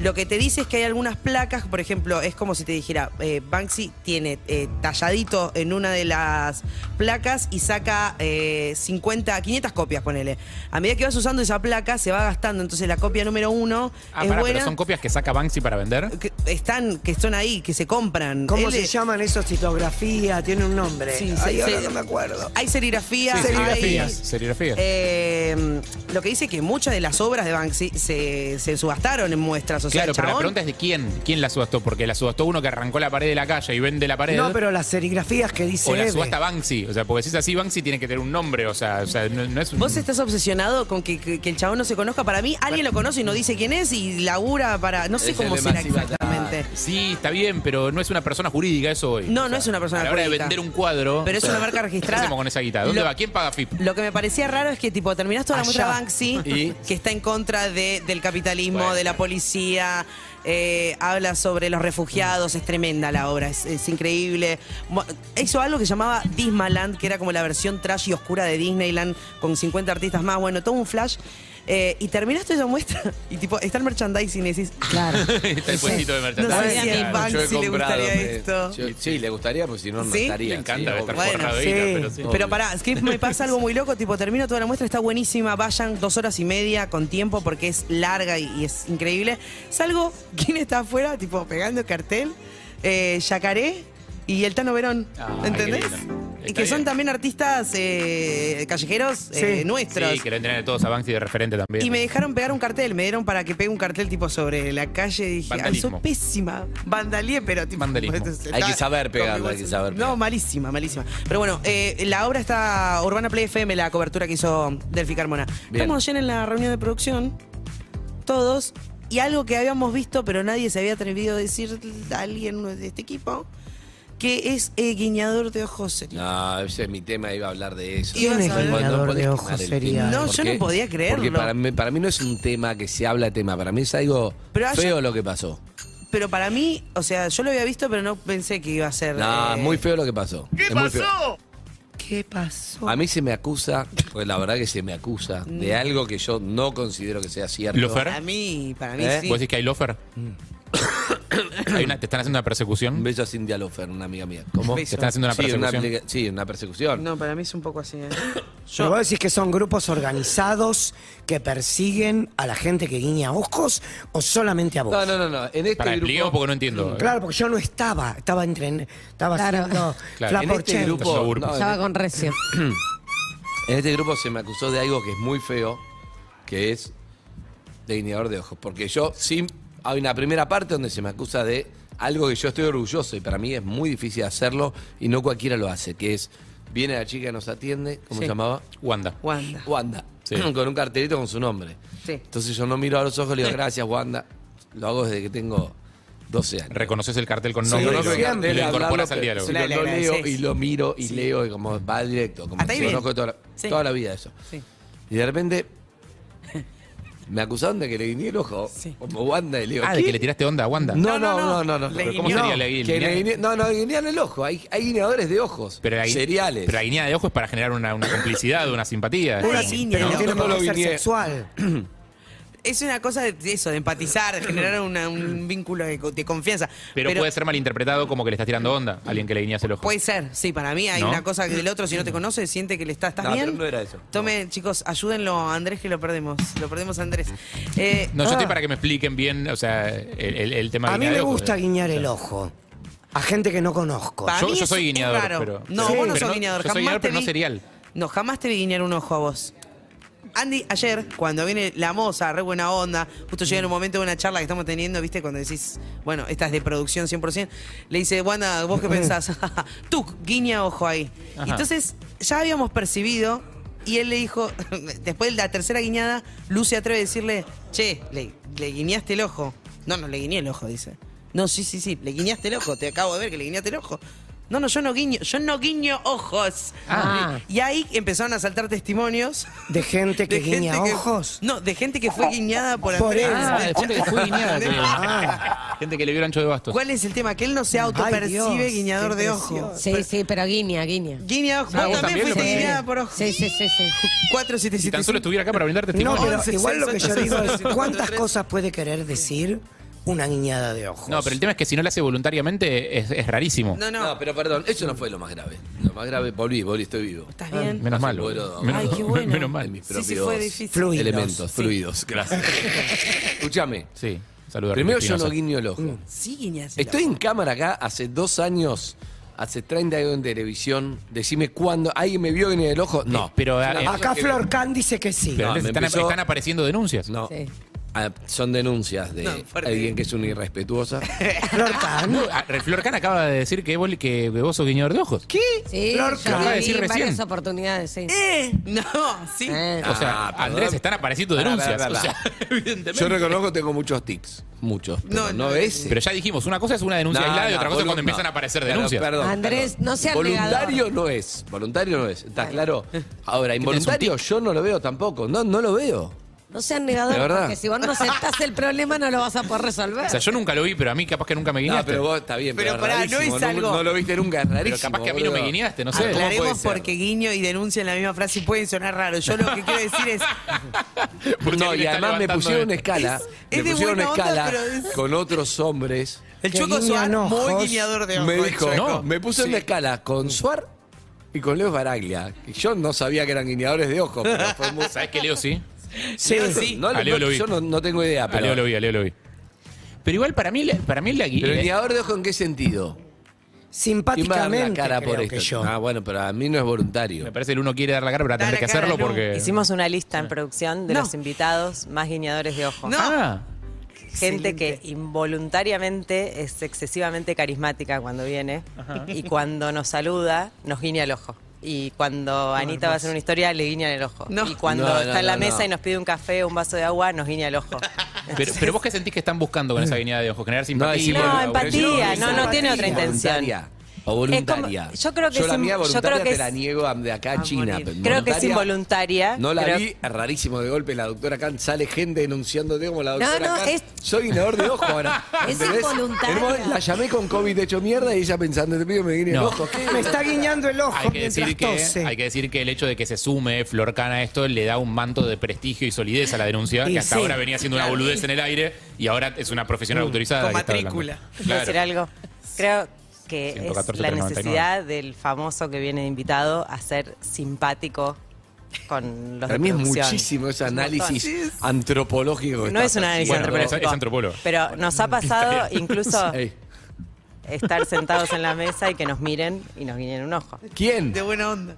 Speaker 5: Lo que te dice es que hay algunas placas, por ejemplo, es como si te dijera, eh, Banksy tiene eh, talladito en una de las placas y saca eh, 50, 500 copias, ponele. A medida que vas usando esa placa se va gastando, entonces la copia número uno
Speaker 6: Ah,
Speaker 5: es
Speaker 6: pará,
Speaker 5: buena.
Speaker 6: pero son copias que saca Banksy para vender.
Speaker 5: que están, que están ahí, que se compran.
Speaker 8: ¿Cómo
Speaker 5: Él
Speaker 8: se
Speaker 5: es-
Speaker 8: llaman esos? Citografía, tiene un nombre.
Speaker 5: Sí,
Speaker 8: Ay,
Speaker 5: sí,
Speaker 8: ahora
Speaker 5: sí.
Speaker 8: no me acuerdo.
Speaker 5: Hay serigrafía,
Speaker 6: Sí, serigrafías.
Speaker 5: hay-
Speaker 6: serigrafías.
Speaker 5: Eh, lo que dice que muchas de las obras de Banksy se, se subastaron en muestras. O sea,
Speaker 6: Claro,
Speaker 5: el
Speaker 6: pero la
Speaker 5: chabón-
Speaker 6: pregunta es de quién. ¿Quién la subastó? Porque la subastó uno que arrancó la pared de la calle y vende la pared.
Speaker 8: No, pero las serigrafías que dice
Speaker 6: o la
Speaker 8: Eve.
Speaker 6: subasta Banksy. O sea, porque si es así, Banksy tiene que tener un nombre. O sea, o sea, no, no es un.
Speaker 5: Vos estás obsesionado con que, que- que el chabón no se conozca. Para mí, alguien lo conoce y no dice quién es y labura para. No sé
Speaker 4: Es el
Speaker 5: cómo
Speaker 4: de
Speaker 5: será
Speaker 4: Massive Attack.
Speaker 5: exactamente.
Speaker 6: Sí, está bien, pero no es una persona jurídica eso hoy.
Speaker 5: No, no es una persona
Speaker 6: A la hora de
Speaker 5: jurídica.
Speaker 6: vender un cuadro.
Speaker 5: Pero es
Speaker 6: o sea,
Speaker 5: una marca registrada.
Speaker 6: ¿Qué hacemos con esa guita? ¿Dónde
Speaker 5: Lo-
Speaker 6: va? ¿Quién paga FIP?
Speaker 5: Lo que me parecía raro es que tipo terminaste toda la muestra
Speaker 8: Allá.
Speaker 5: Banksy,
Speaker 4: Y-
Speaker 5: que está en contra de- del capitalismo,
Speaker 6: Bueno.
Speaker 5: de la policía, eh, habla sobre los refugiados, es tremenda la obra, es, es increíble. Mo- Hizo algo que llamaba Dismaland, que era como la versión trash y oscura de Disneyland, con 50 artistas más, bueno, todo un flash. Eh, y terminaste esa muestra y tipo, está el merchandising y decís,
Speaker 7: Claro.
Speaker 6: está el puestito de
Speaker 5: no
Speaker 6: merchandising.
Speaker 5: sé si a
Speaker 6: Claro.
Speaker 5: Banksy
Speaker 4: Yo he
Speaker 5: le
Speaker 4: comprado,
Speaker 5: gustaría
Speaker 4: me-
Speaker 5: esto.
Speaker 4: yo- sí, le gustaría, porque si no, no
Speaker 5: ¿Sí?
Speaker 4: estaría.
Speaker 6: Le encanta
Speaker 4: sí, obvio.
Speaker 6: estar
Speaker 5: Bueno,
Speaker 6: forrado de
Speaker 8: sí.
Speaker 6: guita, pero sí.
Speaker 5: Pero pará, es que me pasa algo muy loco, tipo, termino toda la muestra, está buenísima, vayan dos horas y media con tiempo porque es larga y, y es increíble. Salgo, ¿quién está afuera? Tipo, pegando cartel, eh, Yacaré y el Tano Verón,
Speaker 6: Ah, qué
Speaker 5: ¿entendés?
Speaker 6: lindo.
Speaker 5: Y que son también artistas eh, callejeros eh, nuestros.
Speaker 6: Sí, que lo entrenan todos a Banksy de referente también.
Speaker 5: Y me dejaron pegar un cartel, me dieron para que pegue un cartel tipo sobre la calle. Dije, ay, soy
Speaker 6: Vandalismo.
Speaker 5: pésima. Vandalié, pero tipo.
Speaker 6: Vandalismo.
Speaker 4: Hay que saber pegarlo, hay que saber
Speaker 5: No,
Speaker 4: pegar.
Speaker 5: malísima, malísima. Pero bueno, eh, la obra está. Urbana Play FM, la cobertura que hizo Delphi Carmona.
Speaker 4: Bien.
Speaker 5: Estamos ayer en la reunión de producción, todos, y algo que habíamos visto, pero nadie se había atrevido a decir a alguien de este equipo, que es eh, guiñador de ojos serio.
Speaker 4: No, ese es mi tema, iba a hablar de eso.
Speaker 5: ¿Quién es
Speaker 4: No podés
Speaker 8: guiñador
Speaker 4: quemar
Speaker 8: de
Speaker 4: el
Speaker 8: ojos
Speaker 4: tema,
Speaker 8: sería?
Speaker 5: No, yo no
Speaker 4: porque-
Speaker 5: podía
Speaker 4: Porque
Speaker 5: creerlo.
Speaker 4: para mí, para mí no es un tema que se habla de tema, para mí es algo
Speaker 5: Pero haya-
Speaker 4: feo lo que pasó.
Speaker 5: Pero para mí, o sea, yo lo había visto, pero no pensé que iba a ser.
Speaker 4: No,
Speaker 5: eh,
Speaker 4: es muy feo lo que pasó. ¿Qué pasó?
Speaker 5: ¿Qué pasó?
Speaker 4: A mí se me acusa, pues la verdad que se me acusa,
Speaker 5: Mm.
Speaker 4: de algo que yo no considero que sea cierto.
Speaker 6: Lo fer-
Speaker 5: Para mí, para mí
Speaker 4: ¿Eh?
Speaker 5: sí. Mm.
Speaker 6: ¿Vos decís que hay lofer? Hay una- ¿Te están haciendo una
Speaker 4: Un
Speaker 6: persecución?
Speaker 4: beso a Cindy Alofer, una amiga mía. ¿Cómo?
Speaker 6: ¿Te están haciendo una
Speaker 4: sí, una,
Speaker 6: persecución?
Speaker 4: aplica- sí, una persecución.
Speaker 5: No, para mí es un poco así. ¿eh?
Speaker 8: Yo vos decís que son grupos organizados que persiguen a la gente que guiña ojos o solamente a vos.
Speaker 4: No, no, no, no. En este
Speaker 6: Para, expliquemos
Speaker 4: grupo,
Speaker 6: porque no entiendo.
Speaker 8: Claro, porque yo no estaba, estaba entren, estaba
Speaker 7: Claro.
Speaker 8: haciendo
Speaker 6: Claro.
Speaker 8: flaporchento.
Speaker 4: en este
Speaker 6: Estás haciendo
Speaker 4: grupo,
Speaker 6: burpees.
Speaker 4: no,
Speaker 7: Estaba con recio.
Speaker 4: en este grupo se me acusó de algo que es muy feo, que es de guiñador de ojos. Porque yo sí, hay una primera parte donde se me acusa de algo que yo estoy orgulloso y para mí es muy difícil hacerlo y no cualquiera lo hace, que es viene la chica que nos atiende, ¿cómo
Speaker 5: Sí.
Speaker 4: se llamaba?
Speaker 6: Wanda.
Speaker 5: Wanda.
Speaker 4: Wanda,
Speaker 6: Sí.
Speaker 4: con un cartelito con su nombre.
Speaker 5: Sí.
Speaker 4: Entonces yo no miro a los ojos y le digo, gracias Wanda, lo hago desde que tengo 12 años.
Speaker 6: Reconoces el cartel con
Speaker 4: Sí,
Speaker 6: nombre y
Speaker 4: conozco
Speaker 6: lo-
Speaker 4: el cartel,
Speaker 6: y lo incorporas
Speaker 4: hablarlo,
Speaker 6: al diálogo.
Speaker 4: pero
Speaker 5: Le- le
Speaker 4: Lo leo
Speaker 5: agradeces.
Speaker 4: y lo miro y leo y como va directo. Como
Speaker 5: Hasta ahí
Speaker 4: que
Speaker 5: bien.
Speaker 4: conozco toda la,
Speaker 5: Sí.
Speaker 4: toda la vida eso.
Speaker 5: Sí.
Speaker 4: Y de repente me acusaron de que le guiñé el ojo
Speaker 5: Sí.
Speaker 4: como Wanda y le digo,
Speaker 6: Ah, de
Speaker 4: ¿qué?
Speaker 6: que le tiraste onda a Wanda.
Speaker 4: No,
Speaker 5: No,
Speaker 4: no, no,
Speaker 5: no, no.
Speaker 4: no. no,
Speaker 5: Le
Speaker 4: Pero
Speaker 5: guiñé.
Speaker 4: sería
Speaker 5: No,
Speaker 4: la
Speaker 6: le
Speaker 4: guiñé? Que le
Speaker 6: guiñé.
Speaker 4: guiñé- No, no, guiñan el ojo. Hay, hay guiñadores de ojos.
Speaker 6: Pero la, gui-
Speaker 4: cereales.
Speaker 6: pero la guiñada de ojos es para generar una, una complicidad, una simpatía.
Speaker 5: Una
Speaker 6: Sí.
Speaker 5: guiña.
Speaker 8: Pero
Speaker 5: No,
Speaker 8: no tiene
Speaker 4: no
Speaker 8: por
Speaker 4: lo
Speaker 8: qué ser
Speaker 4: guiñé.
Speaker 8: sexual.
Speaker 5: Es una cosa de de eso, de empatizar, de generar una- un vínculo de, co- de confianza.
Speaker 6: Pero, puede ser malinterpretado como que le estás tirando onda a alguien que le guiñas el ojo.
Speaker 5: Puede ser, sí, para mí hay
Speaker 6: ¿No?
Speaker 5: una cosa que el otro, si no te conoce, siente que le está, ¿estás
Speaker 4: No, pero
Speaker 5: bien?
Speaker 4: no era eso.
Speaker 5: Tome, chicos, ayúdenlo a Andrés que lo perdemos. Lo perdemos a Andrés. Eh,
Speaker 6: no, yo estoy
Speaker 5: ah,
Speaker 6: para que me expliquen bien, o sea, el, el- el tema de
Speaker 8: A mí
Speaker 6: guiñar
Speaker 8: me
Speaker 6: de ojos.
Speaker 8: gusta guiñar el ojo a gente que no conozco.
Speaker 5: para
Speaker 6: Yo-
Speaker 5: mí
Speaker 6: yo
Speaker 5: eso
Speaker 6: soy
Speaker 5: es
Speaker 6: guiñador,
Speaker 5: raro.
Speaker 6: pero-
Speaker 5: No,
Speaker 6: Sí.
Speaker 5: vos no
Speaker 6: Pero
Speaker 5: sos
Speaker 6: no-
Speaker 5: guiñador.
Speaker 6: yo soy
Speaker 5: jamás
Speaker 6: guiñador,
Speaker 5: te
Speaker 6: pero no
Speaker 5: vi-
Speaker 6: serial.
Speaker 5: No, jamás te vi guiñar un ojo a vos. Andy, ayer, cuando viene la moza, re buena onda, justo llega en un momento de una charla que estamos teniendo, ¿viste? Cuando decís, bueno, esta es de producción 100%, le dice, Wanda, ¿vos qué pensás? Tú, guiña ojo ahí.
Speaker 6: Ajá.
Speaker 5: Y Entonces, ya habíamos percibido, y él le dijo, después de la tercera guiñada, Lu se atreve a decirle, che, le, le guiñaste el ojo. No, no, le guiñé el ojo, dice. No, sí, sí, sí, le guiñaste el ojo, te acabo de ver que le guiñaste el ojo. No, no, yo no guiño, yo no guiño ojos.
Speaker 7: Ah.
Speaker 5: Y ahí empezaron a saltar testimonios
Speaker 8: De gente que
Speaker 5: de gente
Speaker 8: guiña
Speaker 5: que-
Speaker 8: ojos.
Speaker 5: No, de gente que fue guiñada por
Speaker 8: Por
Speaker 5: Andrés.
Speaker 8: él.
Speaker 6: Ah, de gente que fue guiñada. que-
Speaker 8: Ah.
Speaker 6: Gente que le vio el ancho de bastos.
Speaker 5: ¿Cuál es el tema? Que él no se autopercibe
Speaker 8: Dios,
Speaker 5: guiñador
Speaker 8: qué
Speaker 5: de ojos.
Speaker 7: Ah, Sí, sí, pero guiña, guiña.
Speaker 5: Guiña ojos.
Speaker 6: Ah,
Speaker 5: vos
Speaker 6: vos
Speaker 5: también
Speaker 6: también lo
Speaker 5: fuiste
Speaker 6: percibís.
Speaker 5: guiñada por ojos.
Speaker 7: Sí, sí, sí, sí.
Speaker 6: Si
Speaker 5: 477.
Speaker 6: tan solo estuviera acá para brindar
Speaker 8: No,
Speaker 6: testimonio.
Speaker 8: pero
Speaker 5: Once,
Speaker 8: igual lo que
Speaker 5: seis,
Speaker 8: yo
Speaker 5: ocho,
Speaker 8: digo
Speaker 5: seis,
Speaker 8: es
Speaker 5: cinco,
Speaker 8: cuántas
Speaker 5: tres.
Speaker 8: cosas puede querer decir una guiñada de ojos.
Speaker 6: No, pero el tema es que si no lo hace voluntariamente es, es rarísimo.
Speaker 5: No, no.
Speaker 4: No, pero perdón, eso no fue lo más grave. Lo más grave, volví, volví, estoy vivo.
Speaker 5: ¿Estás bien?
Speaker 6: Menos mal.
Speaker 4: Bueno,
Speaker 6: menos-
Speaker 5: Ay, qué bueno.
Speaker 6: Menos
Speaker 4: En
Speaker 6: mal.
Speaker 4: mis
Speaker 5: Sí, sí,
Speaker 4: propios
Speaker 5: fue difícil.
Speaker 8: Fluidos.
Speaker 4: elementos,
Speaker 5: Sí.
Speaker 4: fluidos, gracias. Escúchame.
Speaker 6: Sí, saludos.
Speaker 4: Primero yo no guiño el ojo.
Speaker 5: Sí, guiñas. el
Speaker 4: Estoy en cámara acá hace dos años, hace 30 años en televisión. Decime cuándo. ¿Alguien me vio guiñar el ojo? No.
Speaker 6: Pero, eh,
Speaker 4: Una cosa
Speaker 8: Acá
Speaker 4: que-
Speaker 8: Flor Can dice que sí.
Speaker 6: Pero
Speaker 4: No,
Speaker 6: antes
Speaker 4: me
Speaker 6: están,
Speaker 4: empezó-
Speaker 6: están apareciendo denuncias.
Speaker 4: No.
Speaker 7: Sí.
Speaker 4: Ah, son denuncias de
Speaker 5: No, fuerte.
Speaker 4: alguien que es una irrespetuosa.
Speaker 8: Flor Can.
Speaker 6: No, ah, Flor Can acaba de decir que vos, que, que vos sos guiñador de ojos. ¿Qué?
Speaker 7: Sí,
Speaker 8: Flor,
Speaker 7: yo
Speaker 6: acaba de
Speaker 7: le di
Speaker 6: decir
Speaker 7: varias
Speaker 6: recién.
Speaker 7: oportunidades, sí.
Speaker 5: ojo. Eh, No, sí.
Speaker 7: Eh.
Speaker 6: O sea,
Speaker 4: Ah, perdón.
Speaker 6: Andrés, están apareciendo
Speaker 4: Pará,
Speaker 6: denuncias.
Speaker 4: pará,
Speaker 6: O
Speaker 4: pará.
Speaker 6: sea, evidentemente.
Speaker 4: Yo reconozco que tengo muchos tics. Muchos.
Speaker 5: No,
Speaker 4: No, no,
Speaker 5: no,
Speaker 4: ese.
Speaker 6: Pero ya dijimos, una cosa es una denuncia
Speaker 4: No,
Speaker 6: aislada y
Speaker 4: no,
Speaker 6: otra cosa es
Speaker 4: volu-
Speaker 6: cuando empiezan
Speaker 4: no.
Speaker 6: a aparecer
Speaker 4: Pero,
Speaker 6: denuncias.
Speaker 4: perdón,
Speaker 7: Andrés,
Speaker 4: perdón.
Speaker 7: no seas
Speaker 4: Voluntario
Speaker 7: negador.
Speaker 4: no es. Voluntario no es. ¿Está claro? Ahora, involuntario yo no lo veo tampoco. No, no lo veo.
Speaker 7: No seas negador,
Speaker 4: De verdad.
Speaker 7: porque si vos no aceptás el problema no lo vas a poder resolver.
Speaker 6: O sea, yo nunca lo vi, pero a mí capaz que nunca me
Speaker 4: No,
Speaker 6: guiñaste.
Speaker 4: pero vos está bien.
Speaker 5: Pero
Speaker 4: Pero,
Speaker 5: pará, no
Speaker 4: rarísimo,
Speaker 5: es
Speaker 4: nunca-
Speaker 5: algo-
Speaker 4: No lo viste nunca, es rarísimo.
Speaker 6: Pero capaz que a mí no
Speaker 4: boludo.
Speaker 6: me guiñaste, no sé.
Speaker 4: ¿Cómo puede
Speaker 5: Aclaremos
Speaker 4: ser?
Speaker 5: porque guiño y denuncia en la misma frase y pueden sonar raro. Yo lo que quiero decir es.
Speaker 6: Porque
Speaker 4: No,
Speaker 6: alguien
Speaker 4: y
Speaker 6: está
Speaker 4: además me
Speaker 6: levantando
Speaker 4: pusieron una
Speaker 6: esto.
Speaker 4: escala.
Speaker 5: Es-
Speaker 4: me
Speaker 5: es de
Speaker 4: pusieron una
Speaker 5: buena onda,
Speaker 4: escala
Speaker 5: pero es-
Speaker 4: con otros hombres.
Speaker 5: El
Speaker 8: Que
Speaker 5: Choco
Speaker 8: guiñan
Speaker 5: Suar, muy
Speaker 8: ojos.
Speaker 5: guiñador de ojos.
Speaker 4: Me
Speaker 5: el
Speaker 4: dijo,
Speaker 5: Choco.
Speaker 4: no, me puso en una escala con Suar y con Leo Baraglia. Y Yo no sabía que eran guiñadores de ojos, pero fue muy.
Speaker 6: ¿Sabes qué, Leo? Sí.
Speaker 8: Sí.
Speaker 5: sí.
Speaker 4: No,
Speaker 6: A Leo
Speaker 4: no,
Speaker 6: lo vi.
Speaker 4: Yo no, no tengo idea,
Speaker 6: A Leo lo
Speaker 4: pero.
Speaker 6: vi, a Leo lo vi. Pero igual, para mí, la- para mí la
Speaker 4: Pero el
Speaker 6: guiña.
Speaker 4: guiñador de ojos, ¿en qué sentido? va a dar la
Speaker 8: simpáticamente.
Speaker 4: cara por
Speaker 8: creo
Speaker 4: esto.
Speaker 8: que yo.
Speaker 4: Ah, bueno, pero a mí no es voluntario.
Speaker 6: Me parece que el uno quiere dar la cara, pero va a
Speaker 5: Da
Speaker 6: tener
Speaker 5: la
Speaker 6: que
Speaker 5: cara,
Speaker 6: hacerlo
Speaker 5: no.
Speaker 6: porque.
Speaker 9: Hicimos una lista en producción de
Speaker 5: No.
Speaker 9: los invitados más guiñadores de ojos.
Speaker 5: No.
Speaker 6: Ah,
Speaker 9: Gente
Speaker 5: Excelente.
Speaker 9: que involuntariamente es excesivamente carismática cuando viene y cuando nos saluda nos guiña el ojo. Y cuando Anita va a hacer una historia le guiñan el ojo.
Speaker 5: No.
Speaker 9: Y cuando
Speaker 4: No, no,
Speaker 9: está en la
Speaker 4: no,
Speaker 9: mesa
Speaker 4: no.
Speaker 9: y nos pide un café o un vaso de agua nos guiña el ojo.
Speaker 6: pero, pero vos qué sentís que están buscando con
Speaker 8: Mm.
Speaker 6: esa guiñada de ojos,
Speaker 4: No,
Speaker 6: generar
Speaker 4: es
Speaker 6: simpatía.
Speaker 9: No,
Speaker 4: involuntario.
Speaker 9: empatía, no, no tiene otra
Speaker 4: Voluntaria.
Speaker 9: intención.
Speaker 4: O voluntaria.
Speaker 9: Es como- yo creo que
Speaker 4: yo
Speaker 9: es
Speaker 4: la
Speaker 9: im-
Speaker 4: mía
Speaker 9: yo creo
Speaker 4: voluntaria
Speaker 9: que
Speaker 4: te
Speaker 9: es- Ah,
Speaker 4: la niego a- de acá a
Speaker 5: a
Speaker 4: China.
Speaker 5: morir.
Speaker 4: pero
Speaker 9: Creo que es involuntaria.
Speaker 4: No la
Speaker 9: Creo-
Speaker 4: vi, es rarísimo de golpe. La doctora Khan sale gente denunciándote como la
Speaker 7: No,
Speaker 4: doctora
Speaker 7: no,
Speaker 4: Khan.
Speaker 7: es-
Speaker 4: Soy guiñador de ojo ahora.
Speaker 7: Es
Speaker 4: ¿entendés?
Speaker 7: involuntaria.
Speaker 4: Hermoso, La llamé con COVID hecho mierda y ella pensando, te pido me guiñe el
Speaker 6: No.
Speaker 4: ojo. ¿qué?
Speaker 8: Me está guiñando el ojo
Speaker 6: Hay que,
Speaker 8: mientras
Speaker 6: decir que,
Speaker 8: tose.
Speaker 6: hay que decir que el hecho de que se sume Florcana a esto le da un manto de prestigio y solidez a la denuncia,
Speaker 8: Y
Speaker 6: que hasta
Speaker 8: sí. Mm.
Speaker 6: ahora venía siendo una boludez en el aire y ahora es una profesional autorizada.
Speaker 5: con
Speaker 6: que está hablando.
Speaker 5: matrícula.
Speaker 9: ¿Puedo
Speaker 6: Claro.
Speaker 9: decir algo? Creo que es
Speaker 6: 114,
Speaker 9: la
Speaker 6: 399.
Speaker 9: necesidad del famoso que viene de invitado a ser simpático con los
Speaker 4: Para
Speaker 9: de
Speaker 4: mí es
Speaker 9: producción.
Speaker 4: muchísimo ese
Speaker 9: Es un
Speaker 4: análisis
Speaker 9: montón.
Speaker 4: antropológico. que
Speaker 9: No
Speaker 4: estás
Speaker 9: es un análisis
Speaker 6: Bueno,
Speaker 9: antropológico.
Speaker 6: es- es antropólogo.
Speaker 9: Pero nos ha pasado incluso
Speaker 4: haciendo. Ey,
Speaker 9: estar sentados en la mesa y que nos miren y nos guiñen un ojo.
Speaker 4: ¿Quién?
Speaker 5: De buena onda.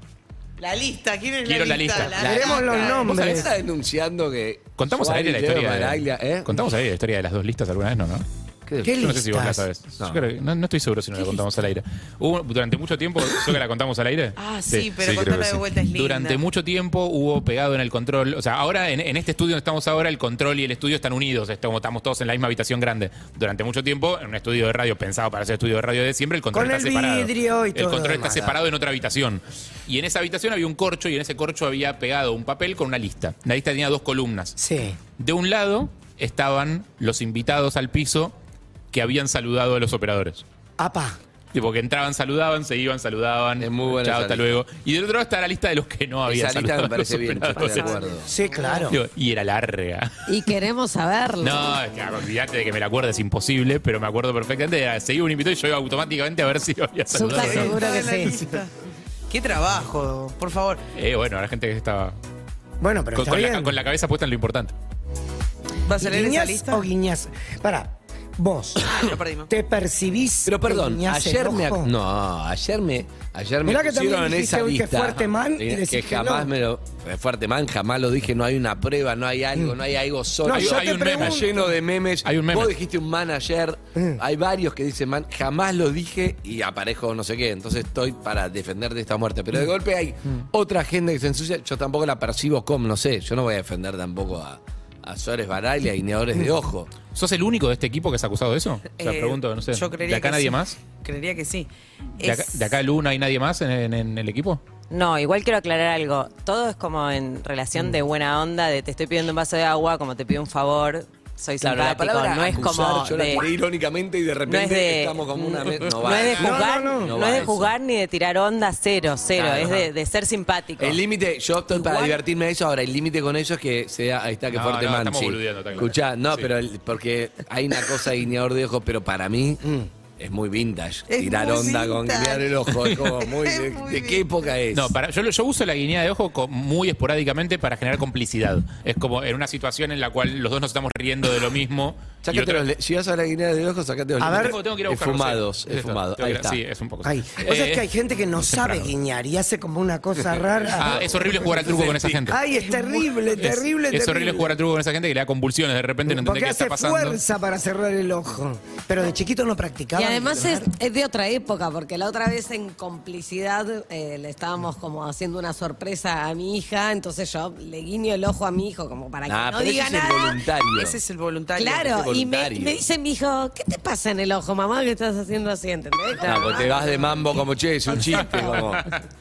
Speaker 5: La lista, ¿quieren
Speaker 6: Quiero la lista. La-
Speaker 8: Queremos los
Speaker 4: ¿Vos sabés
Speaker 8: nombres.
Speaker 4: que está denunciando que.
Speaker 6: Contamos al aire la
Speaker 4: Suárez, Leo
Speaker 6: historia. de-
Speaker 4: Maraglia, ¿eh?
Speaker 6: Contamos al aire la historia de las dos listas alguna vez, ¿no? no?
Speaker 8: ¿Qué
Speaker 6: Yo no sé si vos la sabes.
Speaker 4: No.
Speaker 6: No. no, no estoy seguro si no la contamos al aire. Hubo- durante mucho tiempo, creo que la contamos al aire.
Speaker 5: Ah, sí, pero
Speaker 3: sí, creo
Speaker 5: contarla
Speaker 3: que
Speaker 5: de
Speaker 3: sí.
Speaker 5: vuelta es linda.
Speaker 6: Durante mucho tiempo hubo pegado en el control. O sea, ahora en, en este estudio donde estamos ahora, el control y el estudio están unidos. Estamos, estamos todos en la misma habitación grande. Durante mucho tiempo, en un estudio de radio pensado para ser estudio de radio de siempre, el control
Speaker 8: Con
Speaker 6: está
Speaker 8: el
Speaker 6: separado.
Speaker 8: vidrio y
Speaker 6: el
Speaker 8: todo
Speaker 6: control está
Speaker 8: lo demás.
Speaker 6: separado en otra habitación. Y en esa habitación había un corcho y en ese corcho había pegado un papel con una lista. La lista tenía dos columnas.
Speaker 8: Sí.
Speaker 6: De un lado estaban los invitados al piso que habían saludado a los operadores.
Speaker 8: Apa.
Speaker 6: Tipo que entraban, saludaban, se iban, saludaban.
Speaker 4: Es muy buena
Speaker 6: Chao,
Speaker 4: esa
Speaker 6: hasta
Speaker 4: lista.
Speaker 6: luego. Y del otro lado está la lista de los que no habían
Speaker 4: Esa lista
Speaker 6: saludado
Speaker 4: me
Speaker 6: a los
Speaker 4: parece bien, estoy
Speaker 6: operadores.
Speaker 4: de acuerdo.
Speaker 8: Sí, claro.
Speaker 6: Digo, Y era larga.
Speaker 7: Y queremos saberlo.
Speaker 6: No, es que, ah, olvídate de que me la acuerdo, es imposible, pero me acuerdo perfectamente. Era, seguía un invitado y yo iba automáticamente a ver si lo había saludado.
Speaker 7: Súper
Speaker 6: o no.
Speaker 7: seguro. que sí.
Speaker 5: Qué trabajo, por favor.
Speaker 6: Eh, bueno, la gente que estaba
Speaker 8: Bueno, pero
Speaker 6: con,
Speaker 8: está
Speaker 6: con la,
Speaker 8: bien.
Speaker 6: con la cabeza puesta en lo importante.
Speaker 5: ¿Vas a leer esa
Speaker 8: ¿Guiñás
Speaker 5: lista? Ah,
Speaker 8: o guiñas? Pará, vos,
Speaker 5: Lo perdimos.
Speaker 8: ¿te percibís?
Speaker 4: Pero
Speaker 8: que
Speaker 4: perdón,
Speaker 8: guiñás el
Speaker 4: ayer me, ac-
Speaker 8: ojo?
Speaker 4: no, ayer me, ayer me
Speaker 8: Mirá que
Speaker 4: pusieron
Speaker 8: también
Speaker 4: en
Speaker 8: dijiste,
Speaker 4: esa
Speaker 8: uy, qué
Speaker 4: lista.
Speaker 8: fuerte man, y
Speaker 4: eh,
Speaker 8: decís
Speaker 4: que
Speaker 8: que
Speaker 4: jamás
Speaker 8: no.
Speaker 4: me lo eh, fuerte man, jamás lo dije, no hay una prueba, no hay algo, no hay algo solo.
Speaker 8: Mm. No,
Speaker 4: hay,
Speaker 8: yo
Speaker 4: hay
Speaker 8: te
Speaker 4: un meme
Speaker 8: pregunto.
Speaker 4: lleno de memes.
Speaker 6: Hay un meme.
Speaker 4: Vos dijiste un man ayer,
Speaker 8: Mm.
Speaker 4: hay varios que dicen man, jamás lo dije y aparezco no sé qué, entonces estoy para defender de esta muerte,
Speaker 8: Mm.
Speaker 4: pero de golpe hay otra gente que se ensucia, yo tampoco la percibo como, no sé, yo no voy a defender tampoco a a Suárez Baraglia y Neadores
Speaker 8: Mm.
Speaker 4: de Ojo.
Speaker 6: ¿Sos el único de este equipo que es acusado de eso? Te
Speaker 5: Eh,
Speaker 6: pregunto, no sé.
Speaker 5: Yo creería
Speaker 6: ¿De acá
Speaker 5: que
Speaker 6: nadie
Speaker 5: sí.
Speaker 6: más?
Speaker 5: Creería que sí.
Speaker 6: ¿De acá,
Speaker 5: Es-
Speaker 6: de acá Luna hay nadie más en- en- en el equipo?
Speaker 9: No, igual quiero aclarar algo. Todo es como en relación de buena onda, de te estoy pidiendo un vaso de agua, como te pido un favor, soy
Speaker 4: Claro, la
Speaker 9: simpático.
Speaker 4: palabra
Speaker 9: no es
Speaker 4: acusar,
Speaker 9: como
Speaker 4: yo la
Speaker 9: de-
Speaker 4: tiré irónicamente y de repente
Speaker 9: no es de,
Speaker 4: estamos como una... me-
Speaker 9: no
Speaker 4: va
Speaker 9: es de
Speaker 4: eso.
Speaker 9: jugar, no,
Speaker 4: no
Speaker 9: es
Speaker 4: va
Speaker 9: de
Speaker 4: eso.
Speaker 9: jugar ni de tirar onda, cero, cero.
Speaker 4: Claro,
Speaker 9: es
Speaker 4: ajá.
Speaker 9: de, de ser simpático.
Speaker 4: El límite, yo estoy para
Speaker 9: Igual-
Speaker 4: divertirme de eso. Ahora, el límite con ellos es que sea. Ahí está, que
Speaker 6: No,
Speaker 4: fuerte
Speaker 6: no,
Speaker 4: man.
Speaker 6: estamos
Speaker 4: sí.
Speaker 6: boludeando, está claro.
Speaker 4: Escuchá, no,
Speaker 6: Sí.
Speaker 4: pero el- porque hay una cosa de guiñador de ojos, pero para mí mm, es muy vintage.
Speaker 5: Es
Speaker 4: tirar
Speaker 5: muy
Speaker 4: onda con
Speaker 5: vintage.
Speaker 4: guiñar el ojo. Es como muy.
Speaker 5: Es
Speaker 4: de,
Speaker 5: muy
Speaker 4: de qué época es?
Speaker 6: No, para, yo, lo- yo uso la guiñada de ojo co- muy esporádicamente para generar complicidad. Es como en una situación en la cual los dos nos estamos riendo de lo mismo. y
Speaker 4: Sácate
Speaker 6: otro-
Speaker 4: los le- si vas a la guiñada de ojos, sacate los
Speaker 8: A
Speaker 4: lentes.
Speaker 8: ver.
Speaker 6: tengo, tengo que ir a buscar,
Speaker 4: Esfumados,
Speaker 6: no sé. Es esto,
Speaker 4: esfumados.
Speaker 6: tengo
Speaker 4: Ahí
Speaker 6: que ir a-
Speaker 4: está.
Speaker 6: Sí, es un poco. sí.
Speaker 8: Ay, o sea,
Speaker 6: Eh,
Speaker 8: es que hay gente que no sabe
Speaker 6: temprano.
Speaker 8: guiñar y hace como una cosa rara.
Speaker 6: Ah, es horrible jugar al truco con esa gente.
Speaker 8: Ay, es terrible,
Speaker 6: Es-
Speaker 8: terrible,
Speaker 6: es, horrible jugar al truco con esa gente que le da convulsiones de repente no entendés
Speaker 8: Porque
Speaker 6: qué está
Speaker 8: hace
Speaker 6: pasando.
Speaker 8: fuerza para cerrar el ojo. Pero de chiquito no practicaba.
Speaker 7: Y además es, es de otra época, porque la otra vez en complicidad eh, le estábamos como haciendo una sorpresa a mi hija, entonces yo le guiño el ojo a mi hijo como para que
Speaker 4: Ah,
Speaker 7: no
Speaker 4: pero
Speaker 7: diga
Speaker 4: ese es
Speaker 7: nada.
Speaker 4: voluntario.
Speaker 5: Ese es el voluntario.
Speaker 7: Claro,
Speaker 4: ese
Speaker 7: y me,
Speaker 4: voluntario.
Speaker 7: me dice mi hijo, ¿qué te pasa en el ojo, mamá, que estás haciendo así? ¿Entendés?
Speaker 4: No, porque te vas de mambo como che, es un chiste. Como,